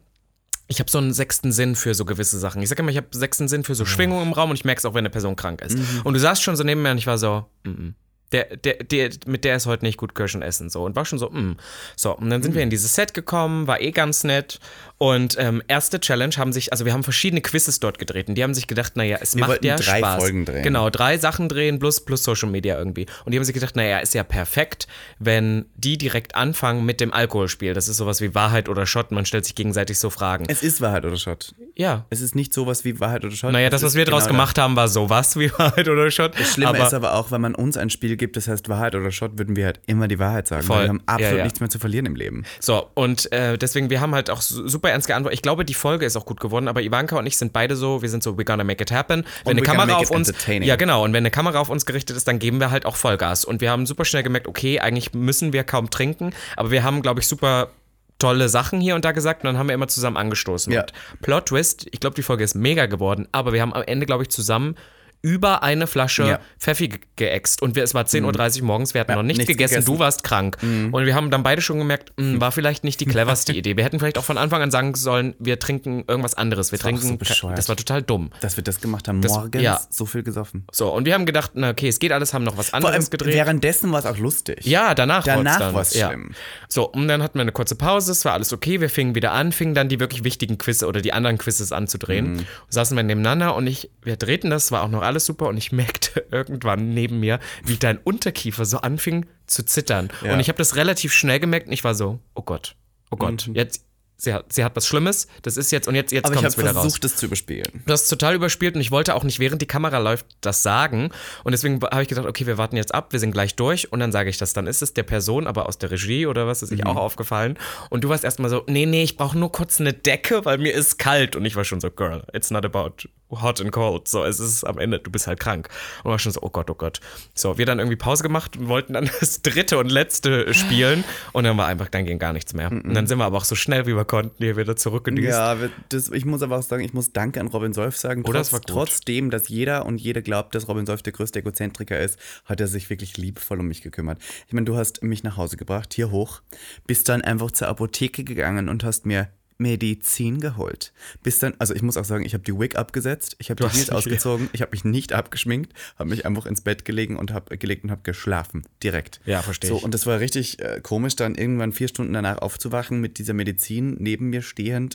S1: ich habe so einen sechsten Sinn für so gewisse Sachen. Ich sage immer, ich habe sechsten Sinn für
S2: Mhm.
S1: so Schwingungen im Raum und ich merke es auch, wenn eine Person krank ist. Und du saßt schon so neben mir und ich war so, mm -mm. Der, der, der, mit der ist heute nicht gut Kirschen essen. So. Und war schon so, mm. So, und dann sind
S2: Mhm.
S1: wir in dieses Set gekommen, war eh ganz nett. Und ähm, erste Challenge haben sich, also wir haben verschiedene Quizzes dort gedreht und die haben sich gedacht, naja, es macht
S2: wollten
S1: ja
S2: drei
S1: Spaß.
S2: Folgen drehen.
S1: Genau, genau, drei Sachen drehen plus, plus Social Media irgendwie. Und die haben sich gedacht, naja, ist ja perfekt, wenn die direkt anfangen mit dem Alkoholspiel. Das ist sowas wie Wahrheit oder Schott. Man stellt sich gegenseitig so Fragen.
S2: Es ist Wahrheit oder Schott.
S1: ja.
S2: Es ist nicht sowas wie Wahrheit oder Schott.
S1: Naja,
S2: Es
S1: das, was
S2: ist
S1: wir daraus
S2: genau
S1: gemacht haben, war sowas wie Wahrheit oder Schott.
S2: Das Schlimme
S1: aber
S2: ist aber auch, wenn man uns ein Spiel gibt, das heißt Wahrheit oder Schott, würden wir halt immer die Wahrheit sagen.
S1: Voll.
S2: Weil wir haben absolut
S1: Ja, ja.
S2: nichts mehr zu verlieren im Leben.
S1: So, und äh, deswegen, wir haben halt auch su- super ernst geantwortet. Ich glaube, die Folge ist auch gut geworden, aber Ivanka und ich sind beide so, wir sind so, we're gonna make it happen. Wenn eine
S2: we're gonna
S1: Kamera
S2: make
S1: auf
S2: it
S1: uns.
S2: entertaining.
S1: Ja, genau. Und wenn eine Kamera auf uns gerichtet ist, dann geben wir halt auch Vollgas. Und wir haben super schnell gemerkt, okay, eigentlich müssen wir kaum trinken, aber wir haben, glaube ich, super tolle Sachen hier und da gesagt und dann haben wir immer zusammen angestoßen.
S2: Ja.
S1: Und Plot Twist, ich glaube, die Folge ist mega geworden, aber wir haben am Ende, glaube ich, zusammen über eine Flasche
S2: Ja.
S1: Pfeffi ge- geäxt und wir, es war 10.30 Uhr morgens, wir hatten noch nichts
S2: nichts
S1: gegessen,
S2: gegessen. Mhm. Hm.
S1: du du warst krank. Und wir haben dann beide schon gemerkt, mh, war vielleicht nicht die cleverste Idee. Wir hätten vielleicht auch von Anfang an sagen sollen, wir trinken irgendwas anderes. Wir
S2: war auch
S1: trinken.
S2: so
S1: ke-
S2: bescheuert.
S1: das war total dumm.
S2: Dass wir das gemacht haben, morgens
S1: ja.
S2: so viel gesoffen.
S1: So, und wir haben gedacht, na okay, es geht alles, haben noch was
S2: Vor allem
S1: anderes gedreht.
S2: währenddessen war es auch lustig.
S1: ja, danach,
S2: Danach
S1: wollt's dann.
S2: war's
S1: ja.
S2: schlimm.
S1: So, und dann hatten wir eine kurze Pause, es war alles okay, wir fingen wieder an, fingen dann die wirklich wichtigen Quizze oder die anderen Quizzes anzudrehen.
S2: Mhm.
S1: Saßen wir nebeneinander und ich, wir drehten das, war auch noch alles super und ich merkte irgendwann neben mir, wie dein Unterkiefer so anfing zu zittern.
S2: Ja.
S1: Und ich habe das relativ schnell gemerkt und ich war so, oh Gott, oh Gott, jetzt, sie hat, sie hat was Schlimmes, das ist jetzt, und jetzt, jetzt
S2: Mhm. Aber
S1: kommt
S2: ich habe
S1: es wieder
S2: versucht,
S1: raus.
S2: das zu überspielen.
S1: Du hast es total überspielt und ich wollte auch nicht, während die Kamera läuft, das sagen. Und deswegen habe ich gedacht, okay, wir warten jetzt ab, wir sind gleich durch und dann sage ich das. Dann ist es der Person, aber aus der Regie oder was, ist ich auch aufgefallen. Und du warst erstmal so, nee, nee, ich brauche nur kurz eine Decke, weil mir ist kalt. Und ich war schon so, Girl, it's not about hot and cold. So, es ist am Ende, du bist halt krank. Und war schon so, oh Gott, oh Gott. So, wir dann irgendwie Pause gemacht und wollten dann das dritte und letzte spielen. Und dann war einfach, dann ging gar nichts mehr. Und dann sind wir aber auch so schnell, wie wir konnten, hier wieder zurückgedüst.
S2: Ja, wir- das, ich muss aber auch sagen, ich muss Danke an Robin Solf sagen.
S1: Oder es Oh, war gut.
S2: trotzdem, dass jeder und jede glaubt, dass Robin Solf der größte Egozentriker ist, hat er sich wirklich liebevoll um mich gekümmert. Ich meine, du hast mich nach Hause gebracht, hier hoch, bist dann einfach zur Apotheke gegangen und hast mir Medizin geholt. Bis dann, also ich muss auch sagen, ich habe die Wig abgesetzt, ich habe
S1: Du
S2: die
S1: hast
S2: Jeans
S1: die-
S2: ausgezogen, ich habe mich nicht abgeschminkt, habe mich einfach ins Bett gelegen und habe gelegt und habe geschlafen direkt.
S1: Ja, verstehe
S2: So
S1: ich.
S2: und das war richtig äh, komisch, dann irgendwann vier Stunden danach aufzuwachen mit dieser Medizin neben mir stehend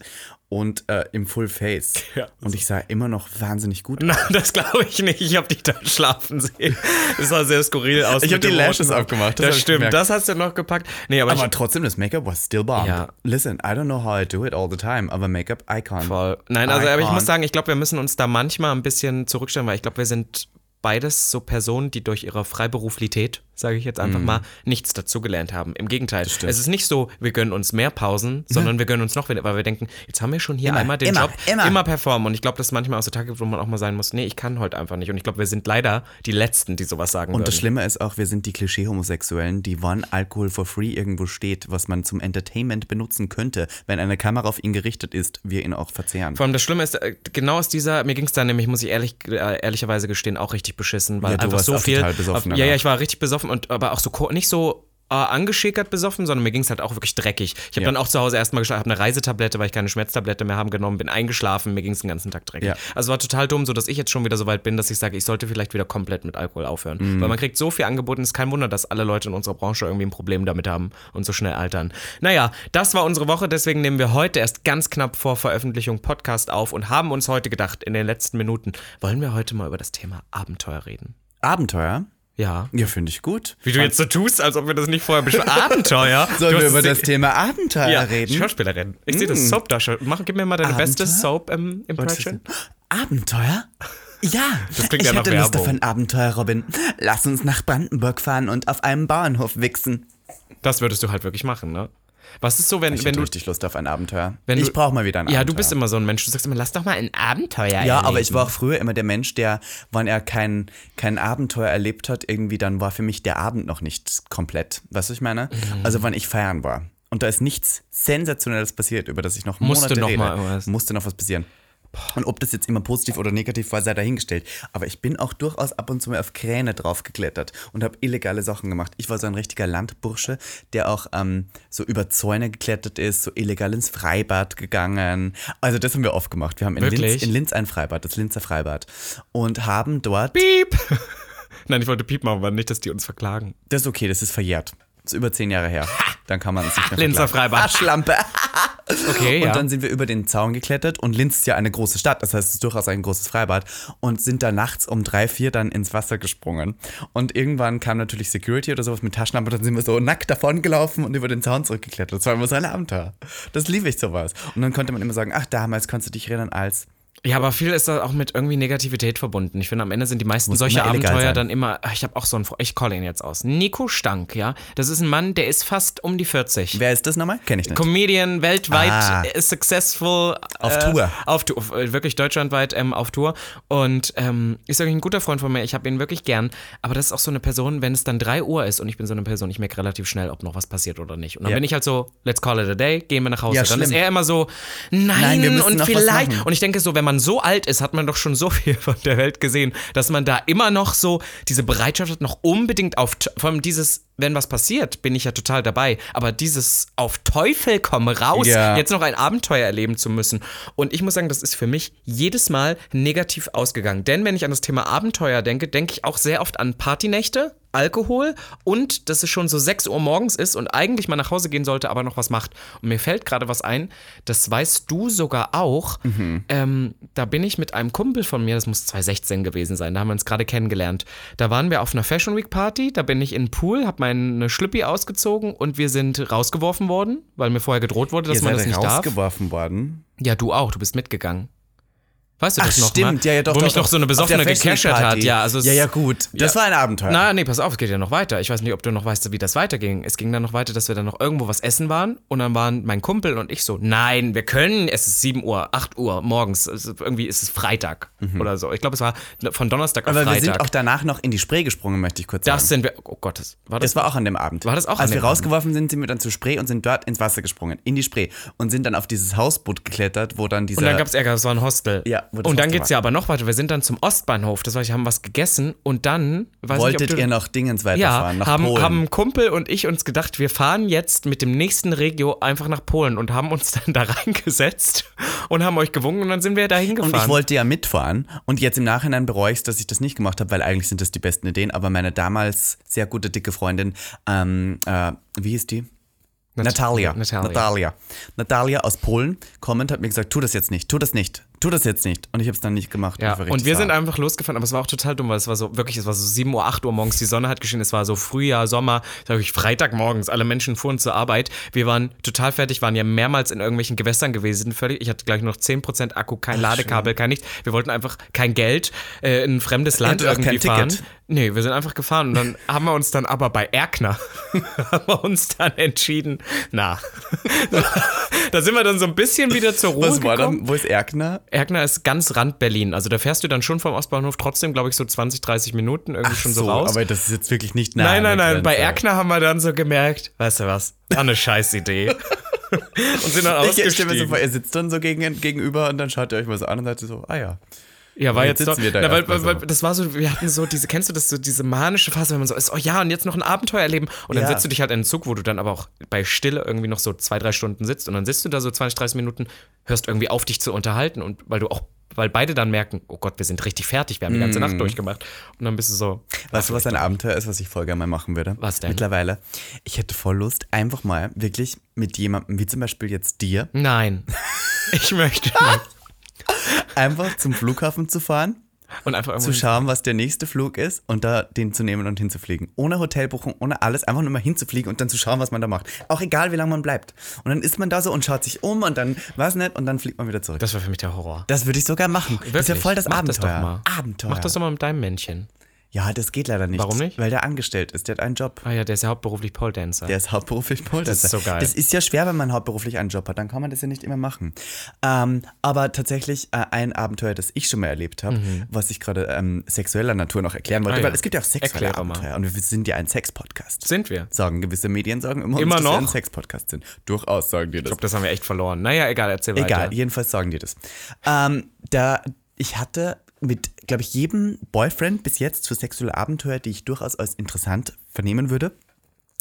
S2: und äh, im Full Face.
S1: Ja.
S2: Und ich sah immer noch wahnsinnig gut.
S1: Na,
S2: aus.
S1: das glaube ich nicht. Ich habe dich da schlafen sehen. Das sah sehr skurril aus.
S2: Ich
S1: mit
S2: habe die
S1: dem
S2: Lashes
S1: roten-
S2: abgemacht.
S1: Das,
S2: hab ich
S1: stimmt,
S2: gemerkt.
S1: das hast du noch gepackt. Nee, aber,
S2: Aber
S1: ich,
S2: trotzdem, das Make-up was still bomb.
S1: Ja.
S2: Listen, I don't know how I do it all the time, aber Make-up Icon.
S1: voll. Nein, also aber ich
S2: Icon.
S1: muss sagen, ich glaube, wir müssen uns da manchmal ein bisschen zurückstellen, weil ich glaube, wir sind beides so Personen, die durch ihre Freiberuflität, sage ich jetzt einfach
S2: Mhm.
S1: mal, nichts dazugelernt haben. Im Gegenteil. Es ist nicht so, wir gönnen uns mehr Pausen, sondern wir gönnen uns noch weniger, weil wir denken, jetzt haben wir schon hier
S2: Mhm. Immer,
S1: einmal den
S2: immer,
S1: Job
S2: immer.
S1: performen. Und ich glaube, das ist manchmal auch so Tage, gibt, wo man auch mal sein muss, nee, ich kann heute einfach nicht. Und ich glaube, wir sind leider die Letzten, die sowas sagen
S2: Und
S1: würden.
S2: das Schlimme ist auch, wir sind die Klischee-Homosexuellen, die wann Alkohol for free irgendwo steht, was man zum Entertainment benutzen könnte, wenn eine Kamera auf ihn gerichtet ist, wir ihn auch verzehren.
S1: Vor allem das Schlimme ist, äh, genau aus dieser, mir ging es da nämlich, muss ich ehrlich, äh, ehrlicherweise gestehen, auch richtig beschissen, weil
S2: Ja, du
S1: einfach
S2: warst
S1: so
S2: auch
S1: viel.
S2: total besoffen
S1: auf, ja, ja,
S2: danach.
S1: ich war richtig besoffen und aber auch so ko- nicht so äh, angeschäkert besoffen, sondern mir ging es halt auch wirklich dreckig. Ich habe
S2: Ja.
S1: dann auch zu Hause erstmal geschlafen, habe eine Reisetablette, weil ich keine Schmerztablette mehr haben genommen, bin eingeschlafen, mir ging es den ganzen Tag dreckig.
S2: Ja.
S1: Also war total dumm, so dass ich jetzt schon wieder so weit bin, dass ich sage, ich sollte vielleicht wieder komplett mit Alkohol aufhören,
S2: Mhm.
S1: weil man kriegt so viel angeboten, ist kein Wunder, dass alle Leute in unserer Branche irgendwie ein Problem damit haben und so schnell altern. Naja, das war unsere Woche, deswegen nehmen wir heute erst ganz knapp vor Veröffentlichung Podcast auf und haben uns heute gedacht, in den letzten Minuten, wollen wir heute mal über das Thema Abenteuer reden?
S2: Abenteuer?
S1: Ja.
S2: Ja, finde ich gut.
S1: Wie du jetzt so tust, als ob wir das nicht vorher besprochen Abenteuer?
S2: Sollen
S1: Du
S2: wir
S1: hast
S2: über
S1: es-
S2: das Thema Abenteuer
S1: ja,
S2: reden? Hm.
S1: Schauspielerin. Ich sehe das Soap-Darsteller. Mach- Gib mir mal deine beste ähm, Soap-Impression.
S2: Abenteuer? Ja,
S1: Das klingt
S2: ich
S1: ja nach
S2: hätte Lust auf
S1: Werbung.
S2: ein Abenteuer, Robin. Lass uns nach Brandenburg fahren und auf einem Bauernhof wichsen.
S1: Das würdest du halt wirklich machen, ne? Was ist so, wenn,
S2: Ich
S1: wenn
S2: hätte
S1: du.
S2: richtig Lust auf ein Abenteuer.
S1: Wenn du-
S2: ich brauche mal wieder ein Abenteuer.
S1: Ja, du bist immer so ein Mensch. Du sagst immer, lass doch mal ein Abenteuer
S2: Ja,
S1: erleben.
S2: aber ich war auch früher immer der Mensch, der, wann er kein, kein Abenteuer erlebt hat, irgendwie, dann war für mich der Abend noch nicht komplett. Weißt du, was ich meine?
S1: Mhm.
S2: Also, wann ich feiern war. Und da ist nichts Sensationelles passiert, über das ich noch
S1: Musste
S2: Monate
S1: noch
S2: rede.
S1: mal irgendwas.
S2: Musste noch was passieren. Und ob das jetzt immer positiv oder negativ war, sei dahingestellt. Aber ich bin auch durchaus ab und zu mal auf Kräne draufgeklettert und habe illegale Sachen gemacht. Ich war so ein richtiger Landbursche, der auch ähm, so über Zäune geklettert ist, so illegal ins Freibad gegangen. Also das haben wir oft gemacht. Wir haben in
S1: Wirklich?
S2: Linz, in Linz ein Freibad, das Linzer Freibad. Und haben dort,
S1: Piep! Nein, ich wollte Piep machen, aber nicht, dass die uns verklagen.
S2: das ist okay, das ist verjährt. Das ist über zehn Jahre her. Dann kann man es nicht mehr
S1: Linzer
S2: verklagen.
S1: Freibad.
S2: Ah, Schlampe.
S1: Okay,
S2: Und
S1: ja.
S2: dann sind wir über den Zaun geklettert und Linz ist ja eine große Stadt, das heißt, es ist durchaus ein großes Freibad und sind da nachts um drei, vier dann ins Wasser gesprungen. Und irgendwann kam natürlich Security oder sowas mit Taschenlampe, dann sind wir so nackt davon gelaufen und über den Zaun zurückgeklettert. Das war immer so ein Abenteuer. Das liebe ich sowas. Und dann konnte man immer sagen, ach, damals kannst du dich erinnern als,
S1: ja, aber viel ist da auch mit irgendwie Negativität verbunden. Ich finde, am Ende sind die meisten solche
S2: immer illegal
S1: Abenteuer
S2: sein.
S1: dann immer. Ach, Ich habe auch so einen. Fre- Ich call ihn jetzt aus. Nico Stank, ja. Das ist ein Mann, der ist fast um die 40.
S2: wer ist das nochmal? Kenne ich nicht.
S1: Comedian weltweit
S2: Ah.
S1: äh, successful äh,
S2: Auf Tour.
S1: auf Tour auf- äh, wirklich deutschlandweit ähm, auf Tour und ähm, ist wirklich ein guter Freund von mir ich habe ihn wirklich gern aber das ist auch so eine Person wenn es dann 3 Uhr ist und ich bin so eine Person ich merke relativ schnell ob noch was passiert oder nicht und dann
S2: Ja.
S1: bin ich halt so let's call it a day gehen wir nach Hause
S2: Ja,
S1: dann ist
S2: schlimm.
S1: er immer so nein,
S2: Nein, wir müssen
S1: und
S2: noch was
S1: vielleicht
S2: machen.
S1: und ich denke so wenn man so alt ist hat man doch schon so viel von der Welt gesehen dass man da immer noch so diese Bereitschaft hat noch unbedingt auf vor allem dieses wenn was passiert, bin ich ja total dabei. Aber dieses auf Teufel komm raus,
S2: Ja.
S1: jetzt noch ein Abenteuer erleben zu müssen. Und ich muss sagen, das ist für mich jedes Mal negativ ausgegangen. Denn wenn ich an das Thema Abenteuer denke, denke ich auch sehr oft an Partynächte, Alkohol und dass es schon so 6 Uhr morgens ist und eigentlich mal nach Hause gehen sollte, aber noch was macht. Und mir fällt gerade was ein, das weißt du sogar auch. Ähm, da bin ich mit einem Kumpel von mir, das muss 2016 gewesen sein, da haben wir uns gerade kennengelernt. Da waren wir auf einer Fashion Week Party, da bin ich in den Pool, habe meine Schlüppi ausgezogen und wir sind rausgeworfen worden, weil mir vorher gedroht wurde, dass
S2: Ihr
S1: man
S2: seid
S1: das nicht darf.
S2: rausgeworfen worden.
S1: Ja, du auch, du bist mitgegangen. Weißt du
S2: Ach,
S1: das noch?
S2: stimmt,
S1: mal?
S2: ja, ja, doch.
S1: Wo
S2: doch,
S1: mich
S2: doch.
S1: noch so eine
S2: Auf der
S1: Besoffene
S2: Fashion Week
S1: gecashert hat.
S2: Party.
S1: Ja, also es-
S2: ja, ja, gut. Das
S1: Ja.
S2: war ein Abenteuer.
S1: Na, nee, pass auf, es geht ja noch weiter. Ich weiß nicht, ob du noch weißt, wie das weiterging. Es ging dann noch weiter, dass wir dann noch irgendwo was essen waren und dann waren mein Kumpel und ich so, nein, wir können, es ist 7 Uhr, 8 Uhr morgens, es ist, irgendwie ist es Freitag oder so. Ich glaube, es war von Donnerstag auf
S2: Mhm. Aber wir
S1: Freitag.
S2: sind auch danach noch in die Spree gesprungen, möchte ich kurz sagen.
S1: das sind wir, oh Gottes. War das,
S2: Das war auch an dem Abend.
S1: War das auch
S2: Als
S1: an dem
S2: wir
S1: Abend?
S2: rausgeworfen sind, sind wir dann zur Spree und sind dort ins Wasser gesprungen, in die Spree und sind dann auf dieses Hausboot geklettert, wo dann dieser
S1: und dann gab es Ärger, das war ein Hostel.
S2: Ja, wo das
S1: und dann
S2: Hostel
S1: geht's
S2: war.
S1: ja aber noch weiter. Wir sind dann zum Ostbahnhof. Das war, wir haben was gegessen und dann, weiß
S2: wolltet
S1: nicht, ob du,
S2: ihr noch Dingens
S1: ja,
S2: weiterfahren nach
S1: haben,
S2: Polen.
S1: haben ein Kumpel und ich uns gedacht, wir fahren jetzt mit dem nächsten Regio einfach nach Polen und haben uns dann da reingesetzt und haben euch gewunken und dann sind wir da
S2: und
S1: hingefahren.
S2: ich wollte ja mitfahren und jetzt im Nachhinein bereue ich es, dass ich das nicht gemacht habe, weil eigentlich sind das die besten Ideen, aber meine damals sehr gute dicke Freundin, ähm, äh, wie hieß die?
S1: Nat-
S2: Natalia.
S1: Natalia.
S2: Natalia. Natalia aus Polen kommend hat mir gesagt, tu das jetzt nicht, tu das nicht, tu das jetzt nicht. Und ich habe es dann nicht gemacht.
S1: Ja,
S2: ich war
S1: und
S2: richtig
S1: wir sind
S2: sauer.
S1: einfach losgefahren, aber es war auch total dumm, weil es war so, wirklich, es war so 7 Uhr, 8 Uhr morgens, die Sonne hat geschienen, es war so Frühjahr, Sommer, sag ich, Freitagmorgens, alle Menschen fuhren zur Arbeit. Wir waren total fertig, waren ja mehrmals in irgendwelchen Gewässern gewesen, völlig, ich hatte gleich noch 10% Akku, kein Ladekabel, kein nichts. Wir wollten einfach kein Geld äh, in ein fremdes Land
S2: hattet auch
S1: irgendwie
S2: kein
S1: fahren.
S2: Ticket.
S1: Nee, wir sind einfach gefahren und dann haben wir uns dann aber bei Erkner haben wir uns dann entschieden, na, da sind wir dann so ein bisschen wieder zur Ruhe
S2: Was war
S1: gekommen.
S2: dann? Wo ist Erkner?
S1: Erkner ist ganz Rand Berlin. Also da fährst du dann schon vom Ostbahnhof trotzdem, glaube ich, so 20, 30 Minuten irgendwie schon so, raus.
S2: aber das ist jetzt wirklich nicht nah.
S1: nein, nein,
S2: an der
S1: nein. Bei
S2: Grenze.
S1: Erkner haben wir dann so gemerkt, weißt du was, war eine scheiß Idee. und sind dann
S2: Ich stelle mir so
S1: ausgestiegen.
S2: vor, ihr sitzt dann so gegen, gegenüber und dann schaut ihr euch mal so an und sagt so, ah ja.
S1: Ja, war
S2: jetzt
S1: jetzt doch.
S2: sitzen wir da
S1: Na, weil,
S2: erstmal
S1: weil,
S2: so.
S1: weil, das war so, wir hatten so diese, kennst du das, so diese manische Phase, wenn man so ist, oh ja, und jetzt noch ein Abenteuer erleben. Und dann
S2: Ja.
S1: setzt du dich halt in einen Zug, wo du dann aber auch bei Stille irgendwie noch so zwei, drei Stunden sitzt und dann sitzt du da so 20, 30 Minuten, hörst irgendwie auf, dich zu unterhalten und weil du auch, weil beide dann merken, oh Gott, wir sind richtig fertig, wir haben die ganze
S2: Mhm.
S1: Nacht durchgemacht. Und dann bist du so,
S2: Weißt du, was ein Abenteuer ist, was ich voll gerne mal machen würde?
S1: Was denn?
S2: Mittlerweile. Ich hätte voll Lust, einfach mal wirklich mit jemandem, wie zum Beispiel jetzt dir,
S1: Nein. Ich möchte nicht.
S2: einfach zum Flughafen zu fahren,
S1: Und einfach irgendwo
S2: zu schauen, was der nächste Flug ist und da den zu nehmen und hinzufliegen. Ohne Hotelbuchung, ohne alles, einfach nur mal hinzufliegen und dann zu schauen, was man da macht. Auch egal, wie lange man bleibt. Und dann ist man da so und schaut sich um und dann, weiß nicht, und dann fliegt man wieder zurück. Das,
S1: Das war für mich der Horror.
S2: würde ich sogar machen. Das ist ja
S1: Wirklich?
S2: voll das
S1: Mach
S2: Abenteuer.
S1: Das doch mal.
S2: Abenteuer.
S1: Mach das doch mal mit deinem Männchen.
S2: Ja, das geht leider nicht.
S1: Warum nicht?
S2: Weil der angestellt ist, der hat einen Job.
S1: Ah ja, der ist ja hauptberuflich Pole Dancer.
S2: Der ist hauptberuflich Pole
S1: Das ist so geil.
S2: Das ist ja schwer, wenn man hauptberuflich einen Job hat. Dann kann man das ja nicht immer machen. Ähm, aber tatsächlich äh, ein Abenteuer, das ich schon mal erlebt habe, was ich gerade ähm, sexueller Natur noch erklären wollte,
S1: Mhm. Ah ja.
S2: weil es gibt ja auch sexuelle
S1: Erkläre mal.
S2: Abenteuer. Und wir sind ja ein Sex-Podcast.
S1: Sind wir? Ich
S2: Sagen gewisse Medien, sagen immer,
S1: Immer
S2: uns, dass wir
S1: noch?
S2: ein Sex-Podcast sind. Durchaus sagen die das.
S1: glaube, das haben wir echt verloren. Naja, egal, erzähl
S2: Egal,
S1: weiter.
S2: jedenfalls sagen die das. Ähm, da, ich hatte mit, glaube ich, jedem Boyfriend bis jetzt für sexuelle Abenteuer, die ich durchaus als interessant vernehmen würde.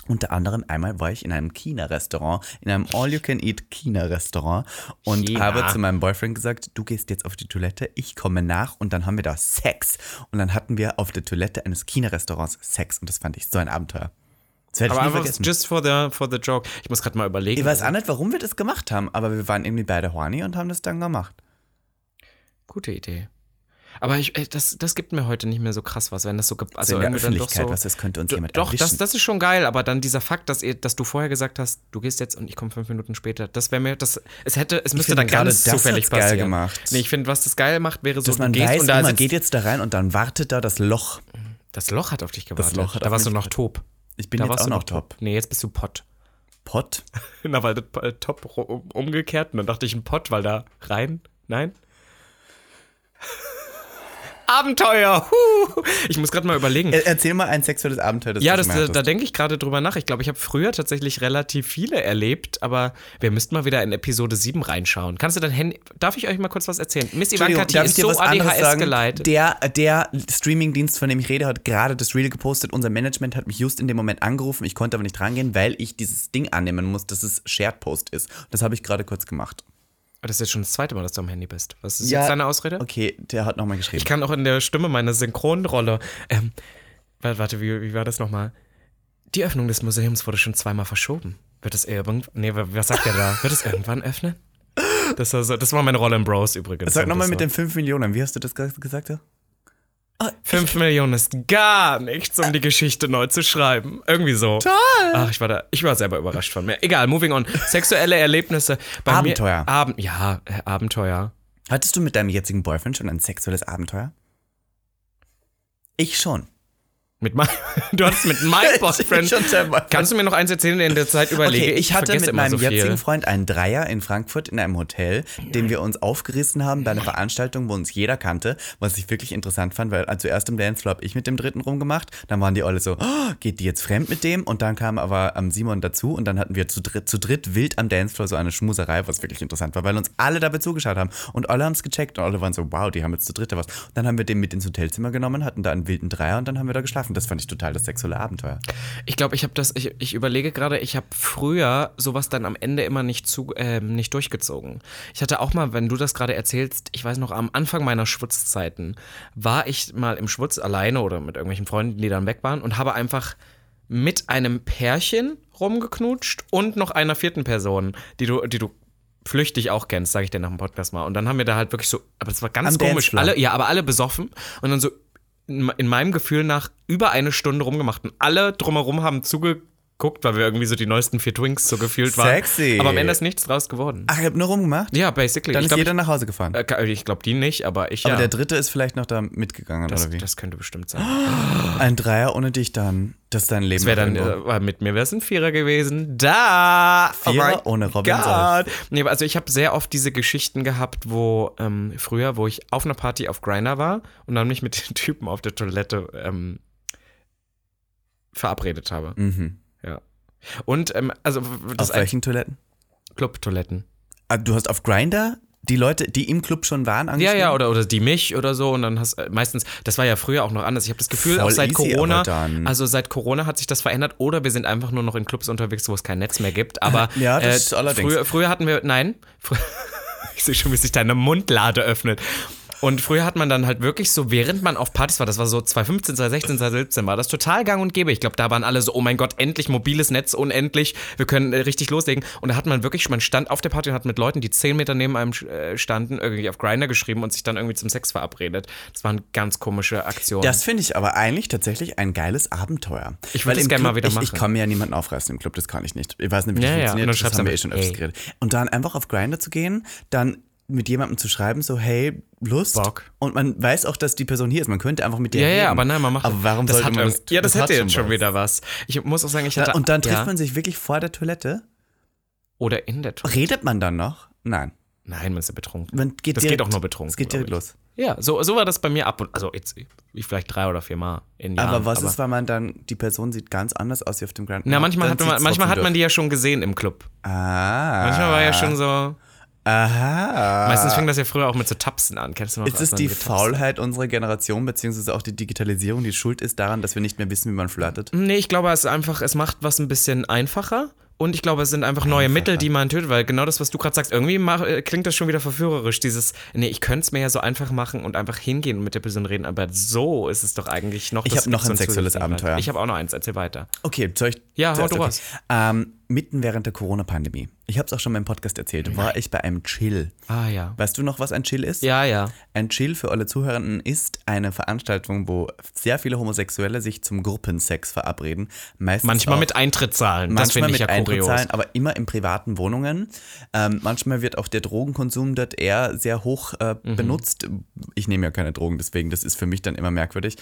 S2: Unter anderem einmal war ich in einem China-Restaurant, in einem All-You-Can-Eat-China-Restaurant und
S1: China.
S2: habe zu meinem Boyfriend gesagt, du gehst jetzt auf die Toilette, ich komme nach und dann haben wir da Sex. Und dann hatten wir auf der Toilette eines China-Restaurants Sex und das fand ich so ein Abenteuer. Das werde ich
S1: Aber
S2: nie
S1: einfach
S2: vergessen.
S1: just for the, for the joke. Ich muss gerade mal überlegen.
S2: Ich weiß auch nicht, warum wir das gemacht haben, aber wir waren irgendwie beide horny und haben das dann gemacht.
S1: Gute Idee. Aber ich, ey, das, das gibt mir heute nicht mehr so krass was, wenn das so ge-
S2: Also
S1: also
S2: in der
S1: irgendwie dann doch
S2: Öffentlichkeit,
S1: so.
S2: was das könnte uns jemand
S1: Doch, das,
S2: erwischen.
S1: das ist schon geil, aber dann dieser Fakt, dass, ihr, dass du vorher gesagt hast, du gehst jetzt und ich komme fünf Minuten später, das wäre mir, das, es hätte, es müsste
S2: finde,
S1: dann
S2: gerade
S1: ganz
S2: das
S1: zufällig
S2: hat's geil
S1: passieren.
S2: gemacht.
S1: Nee, ich finde, was das geil macht, wäre so,
S2: dass man
S1: du gehst
S2: weiß,
S1: und da
S2: oh, man
S1: sitzt-
S2: geht jetzt da rein und dann wartet da das Loch.
S1: das Loch hat auf dich gewartet.
S2: Loch hat
S1: da
S2: auf
S1: warst du
S2: mich
S1: noch top.
S2: Ich bin
S1: Da
S2: jetzt
S1: warst
S2: auch
S1: du
S2: noch top.
S1: Nee, jetzt bist du Pott.
S2: Pott?
S1: Na, weil das äh, Top ru- um, umgekehrt und dann dachte ich ein Pott, weil da rein, nein. Abenteuer! Huh. Ich muss gerade mal überlegen.
S2: Er- Äh, Erzähl mal ein sexuelles Abenteuer, das
S1: Ja,
S2: du
S1: das, äh,
S2: schon mal
S1: da,
S2: hattest.
S1: da denke ich gerade drüber nach. Ich glaube, ich habe früher tatsächlich relativ viele erlebt, aber wir müssten mal wieder in Episode 7 reinschauen. Kannst du dein Handy. Darf ich euch mal kurz was erzählen? Miss Ivanka
S2: Entschuldigung,
S1: T
S2: darf ich
S1: ist
S2: dir
S1: so
S2: was anderes
S1: ADHS
S2: sagen?
S1: geleitet.
S2: Der, der Streamingdienst, von dem ich rede, hat gerade das Reel gepostet. Unser Management hat mich just in dem Moment angerufen. Ich konnte aber nicht rangehen, weil ich dieses Ding annehmen muss, dass es Shared Post ist. Das habe ich gerade kurz gemacht.
S1: Oh, Das ist jetzt schon das zweite Mal, dass du am Handy bist. Was ist jetzt deine Ausrede?
S2: Okay, der hat nochmal geschrieben.
S1: Ich kann auch in der Stimme meiner Synchronrolle. Ähm, wa- warte, wie, wie war das nochmal? Die Öffnung des Museums wurde schon zweimal verschoben. Wird es irgendwann. Nee, wa- was sagt der da? Wird es irgendwann öffnen? Das war, so, das war meine Rolle in Bros übrigens.
S2: Sag nochmal
S1: Das
S2: mit
S1: war-
S2: den 5 Millionen. Wie hast du das ge- gesagt? ja?
S1: 5 Millionen ist gar nichts, um die Geschichte neu zu schreiben. Irgendwie so. Toll! Ach, ich war da, ich war selber überrascht von mir. Egal, moving on. Sexuelle Erlebnisse. Bei
S2: Abenteuer.
S1: Mir, Ab, ja, äh, Abenteuer.
S2: Hattest du mit deinem jetzigen Boyfriend schon ein sexuelles Abenteuer? Ich schon.
S1: Mit my, du hattest mit meinem Boyfriend.
S2: schon sehr mal-
S1: Kannst du mir noch eins erzählen, in der Zeit überlege?
S2: Okay, ich hatte
S1: vergesse
S2: mit
S1: immer
S2: meinem
S1: so viel.
S2: jetzigen Freund einen Dreier in Frankfurt in einem Hotel, den wir uns aufgerissen haben bei einer Veranstaltung, wo uns jeder kannte, was ich wirklich interessant fand, weil also erst im Dancefloor habe ich mit dem dritten rumgemacht, dann waren die alle so, oh, geht die jetzt fremd mit dem? Und dann kam aber ähm, Simon dazu und dann hatten wir zu dritt, zu dritt wild am Dancefloor so eine Schmuserei, was wirklich interessant war, weil uns alle dabei zugeschaut haben und alle haben es gecheckt und alle waren so, wow, die haben jetzt zu dritt da was. Und dann haben wir den mit ins Hotelzimmer genommen, hatten da einen wilden Dreier und dann haben wir da geschlafen. Das fand ich total das sexuelle Abenteuer.
S1: Ich glaube, ich habe das, ich, ich überlege gerade, ich habe früher sowas dann am Ende immer nicht, zu, ähm, nicht durchgezogen. Ich hatte auch mal, wenn du das gerade erzählst, ich weiß noch, am Anfang meiner Schwutzzeiten war ich mal im Schwutz alleine oder mit irgendwelchen Freunden, die dann weg waren und habe einfach mit einem Pärchen rumgeknutscht und noch einer vierten Person, die du, die du flüchtig auch kennst, sage ich dir nach dem Podcast mal. Und dann haben wir da halt wirklich so, aber das war ganz
S2: Am
S1: komisch,
S2: Dancefloor.
S1: alle, ja, aber alle besoffen und dann so in in meinem Gefühl nach über eine Stunde rumgemacht und alle drumherum haben zugeguckt, weil wir irgendwie so die neuesten vier Twinks so gefühlt waren.
S2: Sexy.
S1: Aber am Ende ist nichts draus geworden.
S2: Ach, ihr habt nur rumgemacht?
S1: Ja, basically.
S2: Dann
S1: ich
S2: ist
S1: glaube,
S2: jeder nach Hause gefahren.
S1: äh, ich glaub, die nicht, aber ich
S2: Aber
S1: ja.
S2: der dritte ist vielleicht noch da mitgegangen,
S1: das,
S2: oder wie?
S1: das könnte bestimmt sein.
S2: ein Dreier ohne dich dann. Das ist dein Leben.
S1: Wäre dann,
S2: Rainbow.
S1: äh, weil mit mir wäre es ein Vierer gewesen. Da!
S2: Vierer
S1: mein
S2: ohne Robin
S1: Gott. Nee, aber also ich habe sehr oft diese Geschichten gehabt, wo ähm, früher, wo ich auf einer Party auf Grinder war und dann mich mit den Typen auf der Toilette ähm, verabredet habe.
S2: mhm.
S1: Und ähm, also w- äh, das
S2: Auf
S1: ein
S2: welchen Toiletten?
S1: Club-Toiletten.
S2: Ah, Du hast auf Grinder die Leute, die im Club schon waren,
S1: Ja,
S2: angeschrieben?
S1: ja, oder, oder die mich oder so. Und dann hast äh, meistens, das war ja früher auch noch anders. Ich habe das Gefühl,
S2: Voll
S1: auch seit
S2: easy,
S1: Corona,
S2: aber dann.
S1: also seit Corona hat sich das verändert oder wir sind einfach nur noch in Clubs unterwegs, wo es kein Netz mehr gibt. Aber äh,
S2: Ja, das ist allerdings.
S1: Früher, früher hatten wir, nein, früher, ich sehe schon, wie sich deine Mundlade öffnet. Und früher hat man dann halt wirklich so, während man auf Partys war, das war so 2015, 2016, 2017, war das total gang und gäbe. Ich glaube, da waren alle so, oh mein Gott, endlich mobiles Netz, unendlich, wir können äh, richtig loslegen. Und da hat man wirklich, man stand auf der Party und hat mit Leuten, die zehn Meter neben einem äh, standen, irgendwie auf Grinder geschrieben und sich dann irgendwie zum Sex verabredet. Das waren ganz komische Aktionen.
S2: Das finde ich aber eigentlich tatsächlich ein geiles Abenteuer.
S1: Ich würd
S2: Weil
S1: das
S2: im
S1: gerne mal
S2: Club-
S1: wieder
S2: ich, Ich
S1: machen.
S2: kann mir ja niemanden aufreißen im Club, das kann ich nicht. Ich weiß nicht, wie
S1: Ja,
S2: das
S1: ja, und
S2: funktioniert,
S1: dann
S2: das
S1: schreibst
S2: haben
S1: du
S2: wir eh schon
S1: einfach,
S2: öfters
S1: ey.
S2: geredet. Und dann einfach auf Grinder zu gehen, dann mit jemandem zu schreiben, so hey, Lust.
S1: Bock.
S2: Und man weiß auch, dass die Person hier ist. Man könnte einfach mit der
S1: ja,
S2: reden.
S1: ja, aber nein, man macht
S2: Aber warum
S1: das
S2: sollte
S1: hat
S2: man
S1: irgend-
S2: das
S1: Ja, das,
S2: hat
S1: hätte jetzt schon
S2: was.
S1: wieder was. Ich muss auch sagen, ich
S2: Da,
S1: hatte.
S2: und dann
S1: ja,
S2: trifft man sich wirklich vor der Toilette.
S1: Oder in der Toilette.
S2: Redet man dann noch? Nein.
S1: Nein, man ist ja betrunken.
S2: Man geht
S1: Das
S2: direkt,
S1: geht auch nur betrunken,
S2: Es geht direkt los.
S1: Ja, so, so war das bei mir ab und also jetzt ich vielleicht drei oder vier Mal in Jahren.
S2: aber was ist, wenn man dann, die Person sieht ganz anders aus wie auf dem Grand
S1: Na, manchmal hat man, manchmal hat man
S2: die.
S1: die ja schon gesehen im Club.
S2: Ah.
S1: Manchmal war ja schon so.
S2: Aha.
S1: Meistens fing das ja früher auch mit so Tapsen an. Kennst du noch?
S2: Jetzt
S1: als
S2: ist
S1: man
S2: die
S1: getapst
S2: Faulheit unserer Generation, beziehungsweise auch die Digitalisierung, die schuld ist daran, dass wir nicht mehr wissen, wie man flirtet.
S1: Nee, ich glaube, es ist einfach, es macht was ein bisschen einfacher. Und ich glaube, es sind einfach neue Mittel, die man tötet, weil genau das, was du gerade sagst, irgendwie mach, äh, klingt das schon wieder verführerisch. Dieses, nee, ich könnte es mir ja so einfach machen und einfach hingehen und mit der Person reden, aber so ist es doch eigentlich noch.
S2: Ich
S1: das
S2: hab noch
S1: gibt's
S2: ein
S1: so
S2: sexuelles
S1: zusätzlichen Reiz.
S2: Abenteuer.
S1: Ich habe auch noch eins, erzähl weiter.
S2: Okay, soll ich
S1: Ja,
S2: zuerst?
S1: hau du
S2: Okay.
S1: raus.
S2: Ähm, mitten während der Corona-Pandemie, ich habe es auch schon mal im Podcast erzählt, war ich bei einem Chill.
S1: Ah ja.
S2: Weißt du noch, was ein Chill ist?
S1: Ja, ja.
S2: Ein Chill für alle Zuhörenden ist eine Veranstaltung, wo sehr viele Homosexuelle sich zum Gruppensex verabreden. Meistens
S1: Manchmal
S2: auch-
S1: mit Eintrittszahlen. Das
S2: Manchmal
S1: finde ich
S2: mit
S1: ja kurios.
S2: Eintrittszahlen, aber immer in privaten Wohnungen. Ähm, manchmal wird auch der Drogenkonsum dort eher sehr hoch äh,
S1: Mhm.
S2: benutzt. Ich nehme ja keine Drogen, deswegen, das ist für mich dann immer merkwürdig.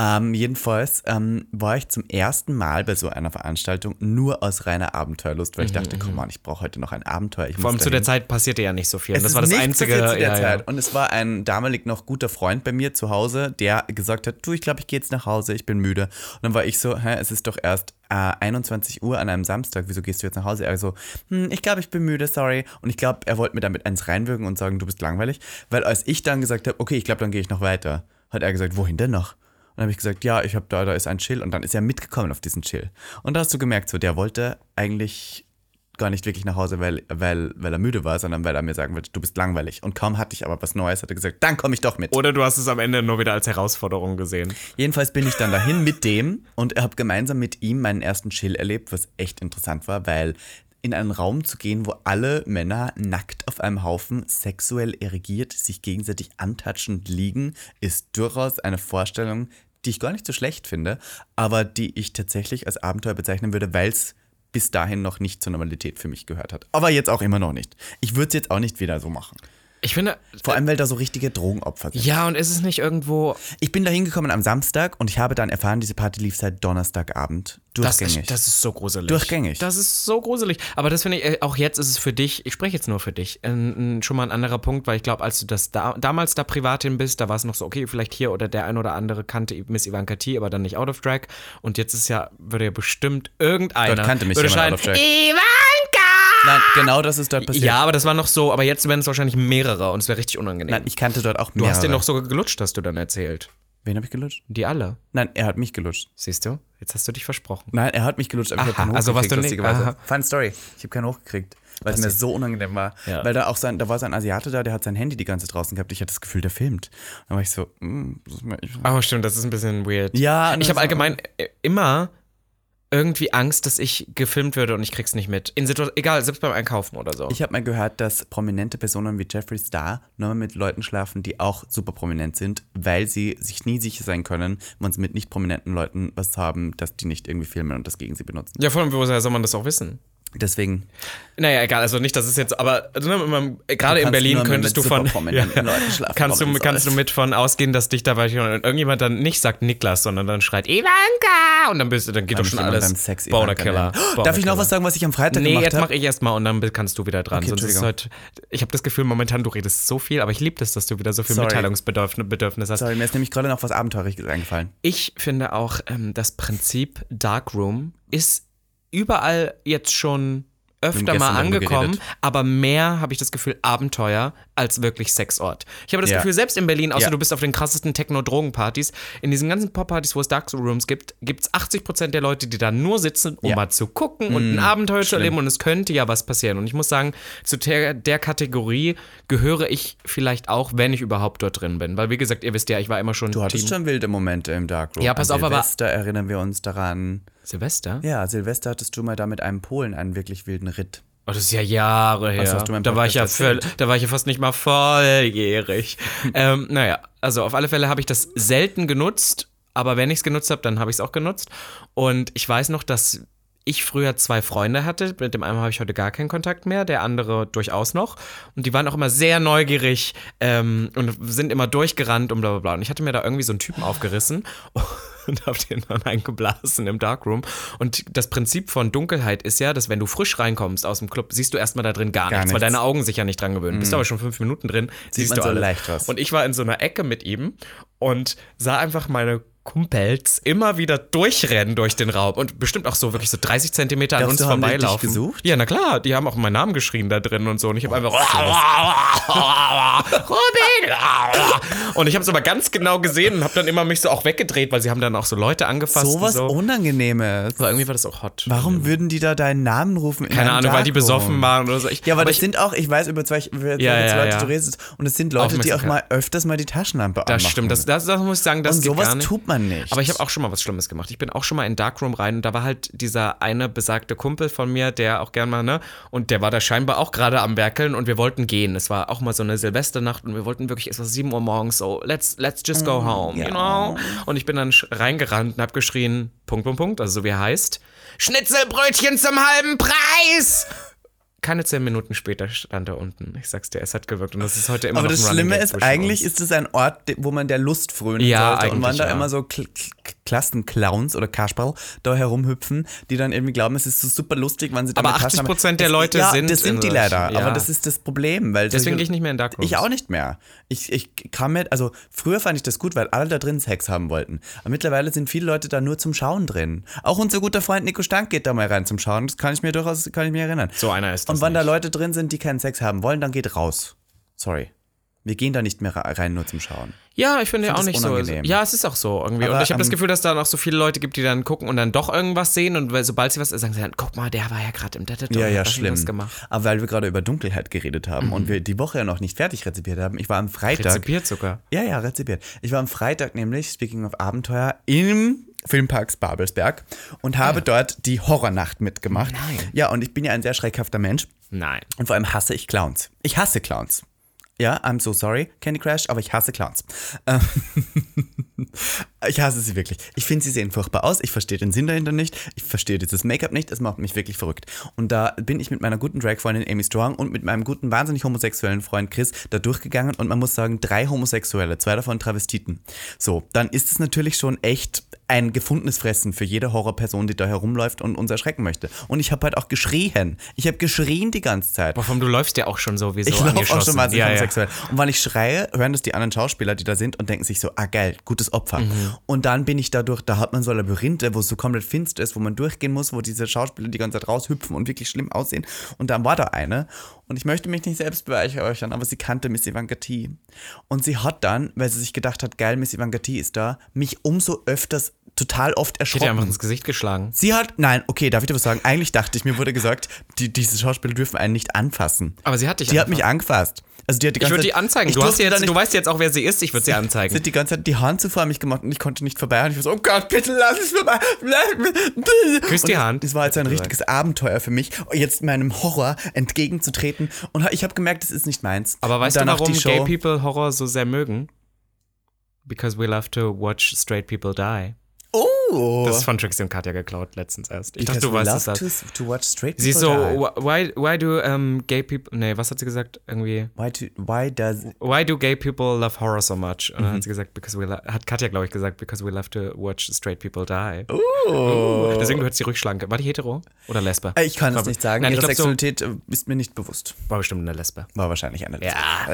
S2: Ähm, jedenfalls ähm, war ich zum ersten Mal bei so einer Veranstaltung nur aus reiner Abenteuerlust, weil ich dachte, komm mal, ich brauche heute noch ein Abenteuer. Ich
S1: Mhm, Vor
S2: muss
S1: allem zu der
S2: dahin.
S1: Zeit passierte ja nicht so viel.
S2: Es
S1: das
S2: ist
S1: war das
S2: nichts
S1: einzige.
S2: passiert zu der
S1: ja,
S2: Zeit.
S1: Ja.
S2: Und es war ein damalig noch guter Freund bei mir zu Hause, der gesagt hat, du, ich glaube, ich gehe jetzt nach Hause, ich bin müde. Und dann war ich so, hä, es ist doch erst äh, 21 Uhr an einem Samstag, wieso gehst du jetzt nach Hause? Er so, hm, ich glaube, ich bin müde, sorry. Und ich glaube, er wollte mir damit eins reinwirken und sagen, du bist langweilig. Weil als ich dann gesagt habe, okay, ich glaube, dann gehe ich noch weiter, hat er gesagt, wohin denn noch? Und dann habe ich gesagt, ja, ich habe da, da ist ein Chill. Und dann ist er mitgekommen auf diesen Chill. Und da hast du gemerkt, so, der wollte eigentlich gar nicht wirklich nach Hause, weil, weil, weil er müde war, sondern weil er mir sagen wollte, du bist langweilig. Und kaum hatte ich aber was Neues, hat er gesagt, dann komme ich doch mit.
S1: Oder du hast es am Ende nur wieder als Herausforderung gesehen.
S2: Jedenfalls bin ich dann dahin mit dem und habe gemeinsam mit ihm meinen ersten Chill erlebt, was echt interessant war, weil in einen Raum zu gehen, wo alle Männer nackt auf einem Haufen sexuell erregiert sich gegenseitig antatschend liegen, ist durchaus eine Vorstellung, die ich gar nicht so schlecht finde, aber die ich tatsächlich als Abenteuer bezeichnen würde, weil es bis dahin noch nicht zur Normalität für mich gehört hat. Aber jetzt auch immer noch nicht. Ich würde es jetzt auch nicht wieder so machen.
S1: Ich finde,
S2: Vor allem, weil da so richtige Drogenopfer sind.
S1: ja, und ist es nicht irgendwo,
S2: Ich bin da hingekommen am Samstag und ich habe dann erfahren, diese Party lief seit Donnerstagabend.
S1: das,
S2: Durchgängig.
S1: das ist so gruselig.
S2: Durchgängig.
S1: Das ist so gruselig. Aber das finde ich, äh, auch jetzt ist es für dich, ich spreche jetzt nur für dich, ein, ein, schon mal ein anderer Punkt, weil ich glaube, als du das da, damals da privat hin bist, da war es noch so, okay, vielleicht hier oder der ein oder andere kannte Miss Ivanka T, aber dann nicht Out of Drag. Und jetzt ist ja, würde ja bestimmt irgendeiner.
S2: Dort kannte mich
S1: würde
S2: jemand
S1: schreien,
S2: out of drag.
S1: Ivanka!
S2: Nein, genau das ist dort passiert.
S1: Ja, aber das war noch so, aber jetzt werden es wahrscheinlich mehrere und es wäre richtig unangenehm.
S2: Nein, ich kannte dort auch
S1: du
S2: mehrere.
S1: hast den noch sogar gelutscht, hast du dann erzählt.
S2: Wen habe ich gelutscht?
S1: Die alle.
S2: Nein, er hat mich gelutscht.
S1: Siehst du? Jetzt hast du dich versprochen.
S2: Nein, er hat mich gelutscht. aber ich hab
S1: Aha,
S2: keinen
S1: also warst du
S2: hochgekriegt,
S1: nicht-
S2: lustigerweise. Fun Story. Ich habe keinen hochgekriegt, weil es mir so unangenehm war.
S1: Ja.
S2: Weil da auch sein, da war so ein Asiate da, der hat sein Handy die ganze draußen gehabt. Ich hatte das Gefühl, der filmt. Dann war ich so, mm, das ist mir, ich,
S1: Oh, stimmt, das ist ein bisschen weird.
S2: ja.
S1: Ich habe
S2: das-
S1: allgemein äh, immer irgendwie Angst, dass ich gefilmt würde und ich krieg's nicht mit. In Situation, egal, selbst beim Einkaufen oder so.
S2: Ich habe mal gehört, dass prominente Personen wie Jeffree Star nur mit Leuten schlafen, die auch super prominent sind, weil sie sich nie sicher sein können, wenn sie mit nicht prominenten Leuten was haben, dass die nicht irgendwie filmen und das gegen sie benutzen.
S1: ja, vor allem, woher soll man das auch wissen?
S2: Deswegen
S1: Naja, egal, also nicht, das ist jetzt, aber also, ne, man- gerade in
S2: kannst
S1: Berlin
S2: nur mit
S1: könntest du von.
S2: superprominenten Leuten schlafen,
S1: Kannst du,
S2: warum
S1: kannst du
S2: soll's?
S1: mit von ausgehen, dass dich dabei irgendjemand dann nicht sagt Niklas, sondern dann schreit Ivanka und dann bist du, dann geht doch
S2: mich
S1: schon
S2: jemand
S1: alles.
S2: beim Sex
S1: Border
S2: Ivanka
S1: Killer.
S2: nennen.
S1: Border
S2: Darf ich noch
S1: Killer.
S2: was sagen, was ich am Freitag
S1: Nee,
S2: gemacht
S1: jetzt
S2: habe?
S1: mache ich erstmal und dann be- kannst du wieder dran.
S2: Okay,
S1: Sonst ist heute, ich habe das Gefühl, momentan, du redest so viel, aber ich liebe das, dass du wieder so viel
S2: Sorry.
S1: Mitteilungsbedürfnis Bedürfnis hast.
S2: Sorry, mir ist nämlich gerade noch was Abenteuerliches eingefallen.
S1: Ich finde auch, ähm, das Prinzip Darkroom ist überall jetzt schon öfter
S2: haben
S1: mal
S2: gestern darüber
S1: angekommen,
S2: geredet.
S1: aber mehr habe ich das Gefühl Abenteuer als wirklich Sexort. Ich habe das
S2: Ja.
S1: Gefühl, selbst in Berlin, außer
S2: Ja.
S1: du bist auf den krassesten Techno-Drogen-Partys, in diesen ganzen Pop-Partys, wo es Darkrooms gibt, gibt es 80% der Leute, die da nur sitzen, um
S2: Ja. Hm,
S1: mal zu gucken und ein Abenteuer zu erleben und es könnte ja was passieren. Und ich muss sagen, zu der, der Kategorie gehöre ich vielleicht auch, wenn ich überhaupt dort drin bin. Weil wie gesagt, ihr wisst ja, ich war immer schon
S2: Du hattest schon wilde Momente im Darkroom.
S1: Ja, pass
S2: An
S1: auf, aber-
S2: Silvester erinnern wir uns daran.
S1: Silvester?
S2: Ja, Silvester hattest du mal da mit einem Polen einen wirklich wilden Ritt.
S1: Oh, das ist ja Jahre her.
S2: hast du meinem
S1: da, war ich ja
S2: Podcast
S1: völl,
S2: erzählt.
S1: da war ich ja fast nicht mal volljährig. ähm, naja, also auf alle Fälle habe ich das selten genutzt, aber wenn ich es genutzt habe, dann habe ich es auch genutzt. Und ich weiß noch, dass ich früher zwei Freunde hatte. Mit dem einen habe ich heute gar keinen Kontakt mehr, der andere durchaus noch. Und die waren auch immer sehr neugierig ähm, und sind immer durchgerannt und bla bla bla. Und ich hatte mir da irgendwie so einen Typen aufgerissen und habe den dann eingeblasen im Darkroom. Und das Prinzip von Dunkelheit ist ja, dass wenn du frisch reinkommst aus dem Club, siehst du erstmal da drin gar,
S2: Gar
S1: nichts, weil
S2: nichts.
S1: deine Augen sich ja nicht dran gewöhnen. Bist aber schon fünf Minuten drin, siehst
S2: Hm. man
S1: du
S2: so
S1: alles.
S2: leicht was.
S1: Und ich war in so einer Ecke mit ihm und sah einfach meine Kumpels immer wieder durchrennen durch den Raum und bestimmt auch so wirklich so 30 Zentimeter an
S2: Glaubst
S1: uns
S2: du, haben die dich
S1: vorbeilaufen.
S2: gesucht?
S1: Ja, na klar, die haben auch meinen Namen geschrien da drin und so und ich habe einfach Robin und ich habe es aber ganz genau gesehen und habe dann immer mich so auch weggedreht, weil sie haben dann auch so Leute angefasst
S2: Sowas
S1: und so.
S2: Unangenehmes.
S1: Aber irgendwie war das auch hot.
S2: Warum würden die da deinen Namen rufen? in
S1: Keine
S2: einem
S1: Ahnung, weil die
S2: Darkroom?
S1: besoffen waren oder so. Ich,
S2: Ja, aber, das
S1: ich,
S2: sind auch, ich weiß, über zwei, über
S1: Ja, ja,
S2: welche Leute
S1: ja.
S2: du redest. Und es sind Leute, die auch mal
S1: Aufmerksamkeit.
S2: öfters mal die Taschenlampe
S1: das
S2: anmachen.
S1: stimmt, das, das, das muss ich sagen, das
S2: Und
S1: geht
S2: sowas
S1: gar nicht.
S2: tut man nicht.
S1: Aber ich habe auch schon mal was Schlimmes gemacht. Ich bin auch schon mal in Darkroom rein und da war halt dieser eine besagte Kumpel von mir, der auch gern mal, ne? Und der war da scheinbar auch gerade am Werkeln und wir wollten gehen. Es war auch mal so eine Silvesternacht und wir wollten wirklich, es war 7 Uhr morgens, so, let's, let's just
S2: Mm.
S1: go home, you know? Und ich bin dann sch- reingerannt und habe geschrien, Punkt, Punkt, Punkt, also so wie er heißt, Schnitzelbrötchen zum halben Preis! Keine zehn Minuten später stand er unten. Ich sag's dir, es hat gewirkt. Und das ist heute immer
S2: Aber
S1: noch
S2: das
S1: ein Running
S2: Schlimme
S1: Gag
S2: ist,
S1: zwischen
S2: eigentlich
S1: uns.
S2: ist es ein Ort, de- wo man der Lust frönen
S1: Ja,
S2: sollte. Und
S1: eigentlich,
S2: waren da
S1: ja.
S2: immer so Kl- Kl- Klassenclowns oder Kasperl da herumhüpfen, die dann irgendwie glauben, es ist so super lustig, wann sie da
S1: Aber
S2: mit Taschen
S1: 80% der
S2: Es-
S1: Leute
S2: ja,
S1: sind
S2: das
S1: in
S2: sind die leider.
S1: solchen- ja.
S2: Aber das ist das Problem. Weil
S1: Deswegen
S2: solche-
S1: gehe ich nicht mehr in Darkrooms.
S2: Ich auch nicht mehr. Ich, ich kam mit, also früher fand ich das gut, weil alle da drin Sex haben wollten. Aber mittlerweile sind viele Leute da nur zum Schauen drin. Auch unser guter Freund Nico Stank geht da mal rein zum Schauen. Das kann ich mir durchaus, kann ich mir erinnern.
S1: So einer ist das
S2: Und wenn da
S1: nicht.
S2: Leute drin sind, die keinen Sex haben wollen, dann geht raus. Sorry. Wir gehen da nicht mehr ra- rein, nur zum Schauen.
S1: Ja, ich finde ja
S2: find
S1: auch
S2: das
S1: nicht
S2: unangenehm.
S1: so. Ja, es ist auch so irgendwie. und
S2: Aber,
S1: ich habe das
S2: ähm,
S1: Gefühl, dass da noch so viele Leute gibt, die dann gucken und dann doch irgendwas sehen und weil- sobald sie was sagen, sie dann, guck mal, der war ja gerade im Detector. und hat das und Das gemacht.
S2: Aber weil wir gerade über Dunkelheit geredet haben und wir die Woche ja noch nicht fertig rezipiert haben, ich war am Freitag.
S1: Rezipiert sogar.
S2: Ja, ja, rezipiert. Ich war am Freitag nämlich, speaking of Abenteuer, im Filmparks Babelsberg und habe dort die Horrornacht mitgemacht.
S1: Nein.
S2: Ja, und ich bin ja ein sehr schreckhafter Mensch
S1: Nein.
S2: und vor allem hasse ich Clowns. Ich hasse Clowns. Ja, I'm so sorry, Candy Crash, aber ich hasse Clowns. Ähm, ich hasse sie wirklich. Ich finde, sie sehen furchtbar aus. Ich verstehe den Sinn dahinter nicht. Ich verstehe dieses Make-up nicht. Es macht mich wirklich verrückt. Und da bin ich mit meiner guten Drag-Freundin Amy Strong und mit meinem guten, wahnsinnig homosexuellen Freund Chris da durchgegangen. Und man muss sagen, drei Homosexuelle, zwei davon Travestiten. So, dann ist es natürlich schon echt ein gefundenes Fressen für jede Horrorperson, die da herumläuft und uns erschrecken möchte. Und ich habe halt auch geschrien. Ich habe geschrien die ganze Zeit.
S1: Wovon du läufst ja auch schon so wie so
S2: Ich laufe auch schon
S1: angeschossen.
S2: mal
S1: ja, ja.
S2: homosexuell. Und weil ich schreie, hören das die anderen Schauspieler, die da sind und denken sich so, ah geil, gutes Opfer.
S1: Mhm.
S2: Und dann bin ich dadurch, da hat man so Labyrinthe, wo es so komplett finster ist, wo man durchgehen muss, wo diese Schauspieler die ganze Zeit raushüpfen und wirklich schlimm aussehen. Und dann war da eine. Und ich möchte mich nicht selbst bereichern, aber sie kannte Miss Ivanka T. Und sie hat dann, weil sie sich gedacht hat, geil, Miss Ivanka T ist da, mich umso öfters total oft
S1: Ich hätte ihr
S2: erschrocken.
S1: einfach ins Gesicht geschlagen.
S2: Sie hat, nein, okay, darf ich dir was sagen? Eigentlich dachte ich, mir wurde gesagt, die, diese Schauspieler dürfen einen nicht anfassen.
S1: Aber sie hat dich
S2: Die hat mich angefasst. Also die hat die
S1: Ich
S2: ganze
S1: würde die
S2: Zeit-
S1: anzeigen.
S2: Ich
S1: Du, hast
S2: durfte da
S1: jetzt,
S2: nicht,
S1: du weißt jetzt auch, wer sie ist. Ich würde sie
S2: Sie
S1: anzeigen.
S2: hat die ganze Zeit die Hand zu vor mich gemacht und ich konnte nicht vorbei. Und ich war so, oh Gott, bitte lass es vorbei.
S1: Küss
S2: Und
S1: die
S2: das-
S1: Hand.
S2: Das war jetzt ein richtiges Abenteuer für mich, jetzt meinem Horror entgegenzutreten. Und ich habe gemerkt, das ist nicht meins.
S1: Aber
S2: Und
S1: weißt du,
S2: danach
S1: warum
S2: die
S1: gay
S2: Show-
S1: people Horror so sehr mögen? Because we love to watch straight people die.
S2: Oh!
S1: Das ist von Trixie und Katja geklaut letztens erst. Ich dachte,
S2: Because
S1: du
S2: we
S1: weißt
S2: love
S1: es erst.
S2: To, to watch straight
S1: Sie ist so,
S2: people die.
S1: why, why do ähm, gay people, nee, was hat sie gesagt? Irgendwie,
S2: Why, to, why does...
S1: why do gay people love horror so much? Und dann hat sie gesagt, because we, lo- hat Katja, glaube ich, gesagt, because we love to watch straight people die.
S2: Oh.
S1: Deswegen du hättest die rückschlagen können. War die hetero oder Lesbe?
S2: Äh, Ich kann es nicht sagen.
S1: Nein, ich glaube,
S2: Ihre
S1: so,
S2: Sexualität äh, ist mir nicht bewusst.
S1: war bestimmt eine Lesbe.
S2: War wahrscheinlich eine.
S1: Ja.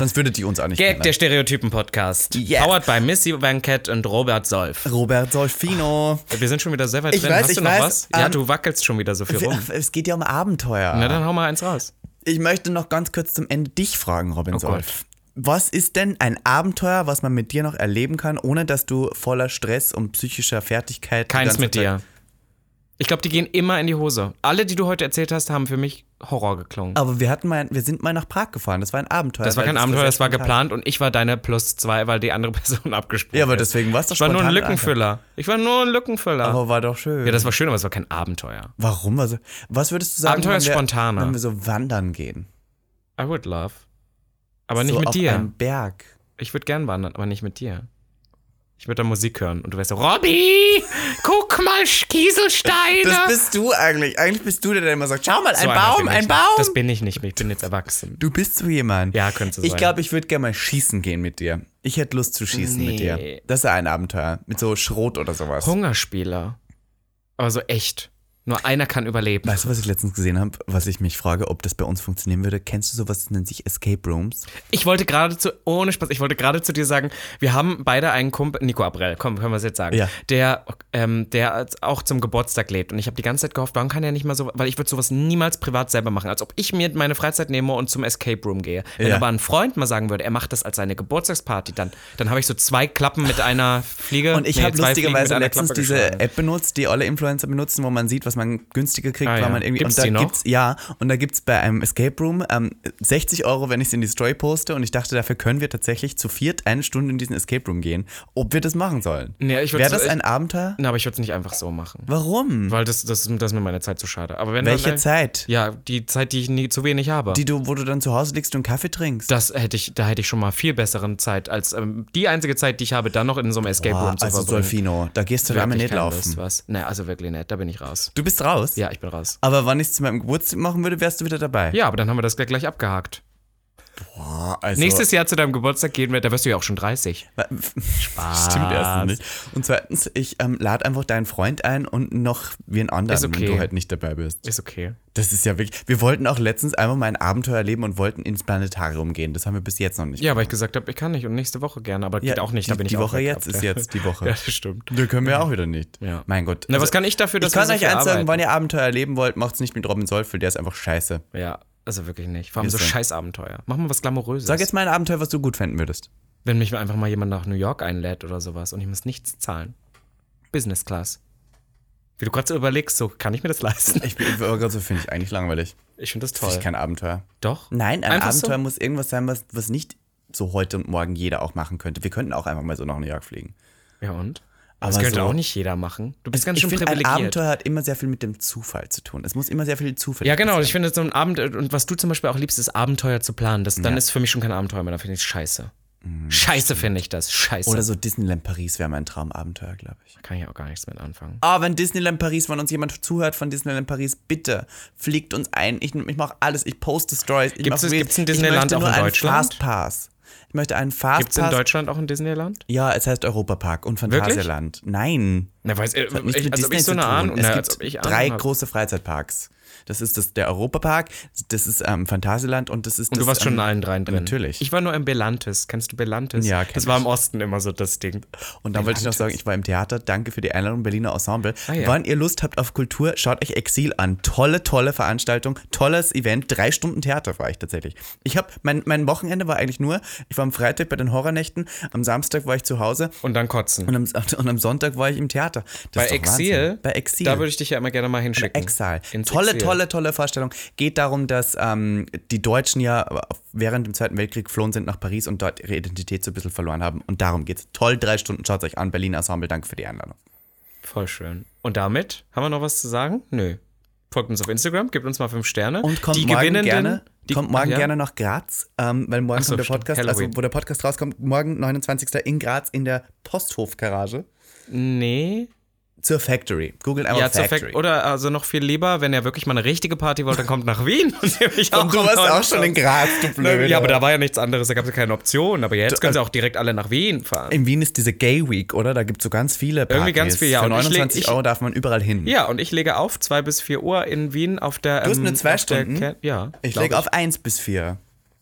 S2: Sonst würde die uns auch nicht
S1: Gag
S2: kennen.
S1: der Stereotypen-Podcast.
S2: Yes.
S1: Powered by Missy Bankett und Robert Solf.
S2: Robert Solfino.
S1: Also, Wir sind schon wieder sehr weit
S2: Ich
S1: drin.
S2: weiß,
S1: Hast
S2: ich
S1: du noch
S2: weiß,
S1: was? Ja,
S2: ähm,
S1: du wackelst schon wieder so viel rum.
S2: Es geht ja um Abenteuer.
S1: Na, dann hau mal eins raus.
S2: Ich möchte noch ganz kurz zum Ende dich fragen,
S1: Oh
S2: Robin Solf. Was ist denn ein Abenteuer, was man mit dir noch erleben kann, ohne dass du voller Stress und psychischer Fertigkeit. die
S1: Keins
S2: ganze
S1: mit
S2: Zeit-
S1: dir. Ich glaube, die gehen immer in die Hose. Alle, die du heute erzählt hast, haben für mich Horror geklungen.
S2: Aber wir hatten mal, wir sind mal nach Prag gefahren. Das war ein Abenteuer.
S1: Das war
S2: weil
S1: kein Abenteuer, das
S2: sehr
S1: war
S2: spontan.
S1: geplant und ich war deine plus zwei, weil die andere Person abgesprungen
S2: Ja, aber
S1: ist.
S2: deswegen war es doch
S1: Ich war nur ein
S2: spontan
S1: Lückenfüller. Ich war nur ein Lückenfüller.
S2: Aber war doch schön.
S1: ja, das war schön, aber es war kein Abenteuer.
S2: Warum? Also, was würdest du sagen,
S1: Abenteuer
S2: wenn
S1: ist
S2: wir,
S1: spontaner.
S2: wenn wir so wandern gehen?
S1: I would love. Aber nicht
S2: so
S1: mit
S2: auf
S1: dir.
S2: einem Berg.
S1: Ich würde gern wandern, aber nicht mit dir. Ich würde da Musik hören und du wärst so, Robby, guck mal, Kieselsteine.
S2: Das bist du eigentlich. Eigentlich bist du der, der immer sagt, schau mal, ein
S1: So einer
S2: Baum,
S1: bin ich
S2: ein
S1: nicht.
S2: Baum.
S1: Das bin ich nicht, ich bin jetzt erwachsen.
S2: du bist so jemand.
S1: Ja, könnte sein.
S2: Ich glaube, ich würde gerne mal schießen gehen mit dir. Ich hätte Lust zu schießen mit dir.
S1: Nee.
S2: Das ist ein Abenteuer. Mit so Schrot oder sowas.
S1: Hungerspieler. Aber so echt. Nur einer kann überleben.
S2: Weißt du, was ich letztens gesehen habe, was ich mich frage, ob das bei uns funktionieren würde? Kennst du sowas, das nennt sich Escape Rooms?
S1: Ich wollte gerade zu, ohne Spaß, ich wollte gerade zu dir sagen, wir haben beide einen Kumpel, Nico Abrell, komm, können wir es jetzt sagen,
S2: Ja.
S1: der, ähm, der als- auch zum Geburtstag lädt. Und ich habe die ganze Zeit gehofft, warum kann er nicht mal so, weil ich würde sowas niemals privat selber machen, als ob ich mir meine Freizeit nehme und zum Escape Room gehe. Wenn
S2: Ja.
S1: aber ein Freund mal sagen würde, er macht das als seine Geburtstagsparty, dann, dann habe ich so zwei Klappen mit einer Fliege.
S2: Und ich
S1: Äh, nee,
S2: habe
S1: zwei Fliegen mit
S2: lustigerweise
S1: einer
S2: letztens
S1: Klappe
S2: diese
S1: geschlagen.
S2: App benutzt, die alle Influencer benutzen, wo man sieht, was man günstiger kriegt,
S1: Ah,
S2: weil
S1: ja.
S2: man irgendwie.
S1: Gibt's
S2: und da
S1: die noch?
S2: gibt's, ja, und da gibt's bei einem Escape Room ähm, 60 Euro, wenn ich es in die Story poste. Und ich dachte, dafür können wir tatsächlich zu viert eine Stunde in diesen Escape Room gehen, ob wir das machen sollen.
S1: Nee, ich würd
S2: Wäre
S1: so-
S2: das
S1: ich-
S2: ein Abenteuer?
S1: Na, aber ich würde es nicht einfach so machen.
S2: Warum?
S1: Weil das, das, das ist mir meine Zeit zu schade. Aber wenn
S2: Welche
S1: dann,
S2: Zeit?
S1: Ja, die Zeit, die ich nie, zu wenig habe.
S2: Die du, wo du dann zu Hause liegst und Kaffee trinkst.
S1: Das hätte ich, da hätte ich schon mal viel besseren Zeit als ähm, die einzige Zeit, die ich habe, dann noch in so einem Escape
S2: Boah,
S1: Room zu
S2: also
S1: verbringen.
S2: Solfino, da gehst du
S1: Wirklich
S2: damit nicht
S1: keine Lust,
S2: laufen.
S1: was. Ne, also wirklich nicht, da bin ich raus.
S2: Du bist raus?
S1: Ja, ich bin raus.
S2: Aber wenn ich es zu meinem Geburtstag machen würde, wärst du wieder dabei.
S1: Ja, aber dann haben wir das gleich- gleich abgehakt.
S2: Ah, also-
S1: Nächstes Jahr zu deinem Geburtstag gehen wir, da wirst du ja auch schon 30.
S2: Spaß. Stimmt erstens nicht. Und zweitens, ich ähm, lade einfach deinen Freund ein und noch wie einen anderen,
S1: Ist okay.
S2: wenn du halt nicht dabei bist.
S1: Ist okay.
S2: Das ist ja wirklich. Wir wollten auch letztens einmal mein Abenteuer erleben und wollten ins Planetarium gehen. Das haben wir bis jetzt noch nicht.
S1: Ja, weil ich gesagt habe, ich kann nicht und nächste Woche gerne, aber
S2: Ja,
S1: geht auch nicht,
S2: die,
S1: da bin ich
S2: Die
S1: auch
S2: Woche
S1: weg
S2: jetzt
S1: ab
S2: ist
S1: der-
S2: jetzt die Woche.
S1: Ja, das stimmt.
S2: Da können wir auch wieder nicht.
S1: Ja.
S2: Mein Gott.
S1: Na, was
S2: Also,
S1: kann ich dafür, dass
S2: ich kann
S1: wir so
S2: euch
S1: viel
S2: eins sagen,
S1: arbeiten?
S2: wenn ihr Abenteuer erleben wollt, macht's nicht mit Robin Solfel, der ist einfach scheiße.
S1: Ja, also wirklich nicht. Vor allem so
S2: so.
S1: Scheißabenteuer. Mach mal was Glamouröses.
S2: Sag jetzt mal ein Abenteuer, was du gut finden würdest.
S1: Wenn mich einfach mal jemand nach New York einlädt oder sowas und ich muss nichts zahlen. Business Class. Wie du gerade so überlegst, so kann ich mir das leisten.
S2: Ich bin gerade so, Äh, also finde ich eigentlich langweilig.
S1: Ich finde das toll.
S2: Finde ich kein Abenteuer.
S1: Doch?
S2: Nein, ein
S1: Einfach
S2: Abenteuer
S1: So?
S2: muss irgendwas sein, was, was nicht so heute und morgen jeder auch machen könnte. Wir könnten auch einfach mal so nach New York fliegen.
S1: Ja, und? Das
S2: Aber
S1: könnte
S2: so-
S1: auch nicht jeder machen. Du bist ganz
S2: ich
S1: schön
S2: finde, ein
S1: privilegiert.
S2: Abenteuer hat immer sehr viel mit dem Zufall zu tun. Es muss immer sehr viel Zufall
S1: ja, genau. Ich finde so ein Abend, und was du zum Beispiel auch liebst, ist Abenteuer zu planen. Das, dann ist für mich schon kein Abenteuer mehr. Dann finde ich es scheiße. scheiße finde ich das. Scheiße.
S2: Mhm, Oder so Disneyland Paris wäre mein Traumabenteuer, glaube ich.
S1: Kann ich auch gar nichts mit anfangen.
S2: Ah, wenn Disneyland Paris, wenn uns jemand zuhört von Disneyland Paris, bitte fliegt uns ein. Ich, ich mache alles, ich poste Stories. Ich
S1: Gibt's
S2: mach
S1: es-
S2: Reels.
S1: gibt's ein Disneyland
S2: ich möchte
S1: auch
S2: nur
S1: in
S2: einen
S1: Deutschland?
S2: Fastpass. Ich möchte einen Fastpass.
S1: Gibt es in Deutschland auch ein Disneyland?
S2: Ja, es heißt Europapark und Phantasialand. Nein.
S1: Na, weiß äh,
S2: Nichts
S1: ich,
S2: mit
S1: als ob
S2: Disney
S1: ich so
S2: zu
S1: eine
S2: tun.
S1: Ahnung.
S2: es
S1: na, als
S2: gibt
S1: ob ich Ahnung
S2: drei
S1: hab.
S2: große Freizeitparks. Das ist das, der Europapark, das ist ähm, Phantasialand und das ist
S1: Und
S2: das,
S1: du warst schon
S2: ähm,
S1: in allen dreien drin.
S2: Natürlich.
S1: Ich war nur im Belantis. Kennst du Belantis?
S2: Ja, kenn
S1: Das war
S2: ich.
S1: im Osten immer so das Ding.
S2: Und dann wollte ich noch sagen, ich war im Theater. Danke für die Einladung, Berliner Ensemble.
S1: Ah, ja.
S2: Wann ihr Lust habt auf Kultur, schaut euch Exil an. Tolle, tolle Veranstaltung, tolles Event. Drei Stunden Theater war ich tatsächlich. Ich habe mein, mein Wochenende war eigentlich nur, ich war am Freitag bei den Horrornächten, am Samstag war ich zu Hause
S1: Und dann kotzen.
S2: und am, und am Sonntag war ich im Theater.
S1: Bei
S2: Das ist doch
S1: Exil,
S2: Wahnsinn. Bei Exil.
S1: da würde ich dich ja immer gerne mal hinschicken.
S2: Exil.
S1: Ins
S2: tolle,
S1: Exil.
S2: tolle, tolle Vorstellung. Geht darum, dass ähm, die Deutschen ja während dem Zweiten Weltkrieg geflohen sind nach Paris und dort ihre Identität so ein bisschen verloren haben. Und darum geht's. Toll, drei Stunden. Schaut euch an. Berlin Ensemble, danke für die Einladung.
S1: Voll schön. Und damit haben wir noch was zu sagen? Nö. Folgt uns auf Instagram, gebt uns mal fünf Sterne.
S2: Und kommt
S1: die
S2: morgen
S1: Gewinnenden,
S2: gerne.
S1: Die,
S2: kommt morgen
S1: ach ja,
S2: gerne nach Graz, ähm, weil morgen
S1: Ach so,
S2: kommt der
S1: stimmt,
S2: Podcast,
S1: Halloween.
S2: also wo der Podcast rauskommt, morgen 29. in Graz in der Posthofgarage
S1: Nee.
S2: zur Factory. Googelt einfach
S1: Ja, zur
S2: Oh, Factory.
S1: Fact. Oder also noch viel lieber, wenn ihr wirklich mal eine richtige Party wollt, dann kommt nach Wien. Und nämlich
S2: und Oh, du warst
S1: noch-
S2: auch schon in Graz, du Blöde.
S1: Ja, aber da war ja nichts anderes, da gab es ja keine Option. Aber jetzt
S2: also
S1: können sie auch direkt alle nach Wien fahren.
S2: in Wien ist diese Gay Week, oder? Da gibt's so ganz viele Partys.
S1: ganz viel, ja.
S2: Für
S1: Und ich leg-
S2: 29
S1: ich-
S2: Euro darf man überall hin.
S1: Ja, und ich lege auf 2 bis 4 Uhr in Wien auf der. Du
S2: hast nur zwei Stunden?
S1: ja.
S2: Ich
S1: glaub
S2: lege auf 1 bis 4.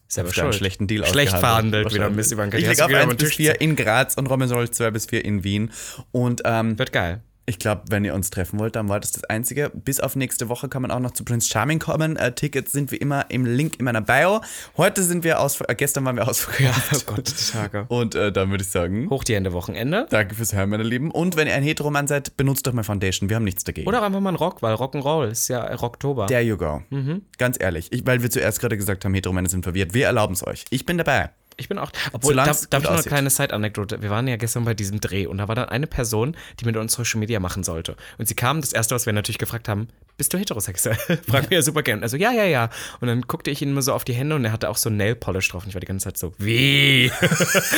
S1: selber
S2: Ich habe
S1: schuld.
S2: einen schlechten Deal
S1: Schlecht
S2: ausgehandelt,
S1: verhandelt wieder
S2: wahrscheinlich.
S1: Mist über den
S2: Ich
S1: Hast
S2: lege
S1: du
S2: auf
S1: wieder am
S2: 1 bis
S1: Tisch
S2: 4 in Graz und Robin soll 2 bis 4 in Wien. Und ähm,
S1: Wird geil.
S2: ich glaube, wenn ihr uns treffen wollt, dann war das das Einzige. Bis auf nächste Woche kann man auch noch zu Prince Charming kommen. Äh, Tickets sind wie immer im Link in meiner Bio. Heute sind wir aus, äh, gestern waren wir ausverkauft.
S1: Oh Gott, die Tage.
S2: Und äh, dann würde ich sagen,
S1: Hoch die Hände Wochenende.
S2: danke fürs Hören, meine Lieben. Und wenn ihr ein Heteroman seid, benutzt doch mal Foundation. Wir haben nichts dagegen.
S1: Oder auch einfach mal ein Rock, weil Rock'n'Roll ist ja äh, Rocktober.
S2: There you go.
S1: Mhm.
S2: Ganz ehrlich. Ich, weil wir zuerst gerade gesagt haben, Heteromänner sind verwirrt. Wir erlauben es euch. Ich bin dabei.
S1: Ich bin auch. Obwohl,
S2: Solange
S1: darf,
S2: es
S1: darf ich
S2: gut
S1: noch eine
S2: aussieht.
S1: kleine Side-Anekdote? Wir waren ja gestern bei diesem Dreh und da war dann eine Person, die mit uns Social Media machen sollte. Und sie kam, das Erste, was wir natürlich gefragt haben, bist du heterosexuell? Fragt mir ja super gern. Also, ja, ja, ja. Und dann guckte ich ihn immer so auf die Hände und er hatte auch so Nail Polish drauf. Und ich war die ganze Zeit so, wie?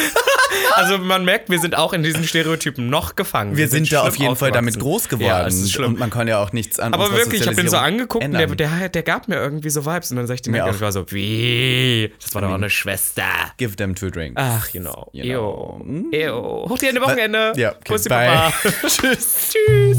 S1: also, man merkt, wir sind auch in diesen Stereotypen noch gefangen.
S2: Wir sind, da
S1: schlimm
S2: auf jeden Fall damit groß
S1: aufgewachsen.
S2: geworden.
S1: Ja, es ist schlimm.
S2: Und man kann ja auch nichts an
S1: Aber
S2: unserer
S1: wirklich, ich habe den so
S2: Sozialisierung
S1: angeguckt und
S2: ändern.
S1: der, der, der gab mir irgendwie so Vibes. Und dann sag ich dem,
S2: Mir
S1: Merkel,
S2: auch.
S1: ich war so, wie? Das war doch auch eine Schwester.
S2: Give them two drinks.
S1: Ach, genau.
S2: You
S1: Ew. Ew. Hoch dir eine Wochenende.
S2: Ja, okay,
S1: Pussy
S2: bye.
S1: Papa. Tschüss. Tschüss.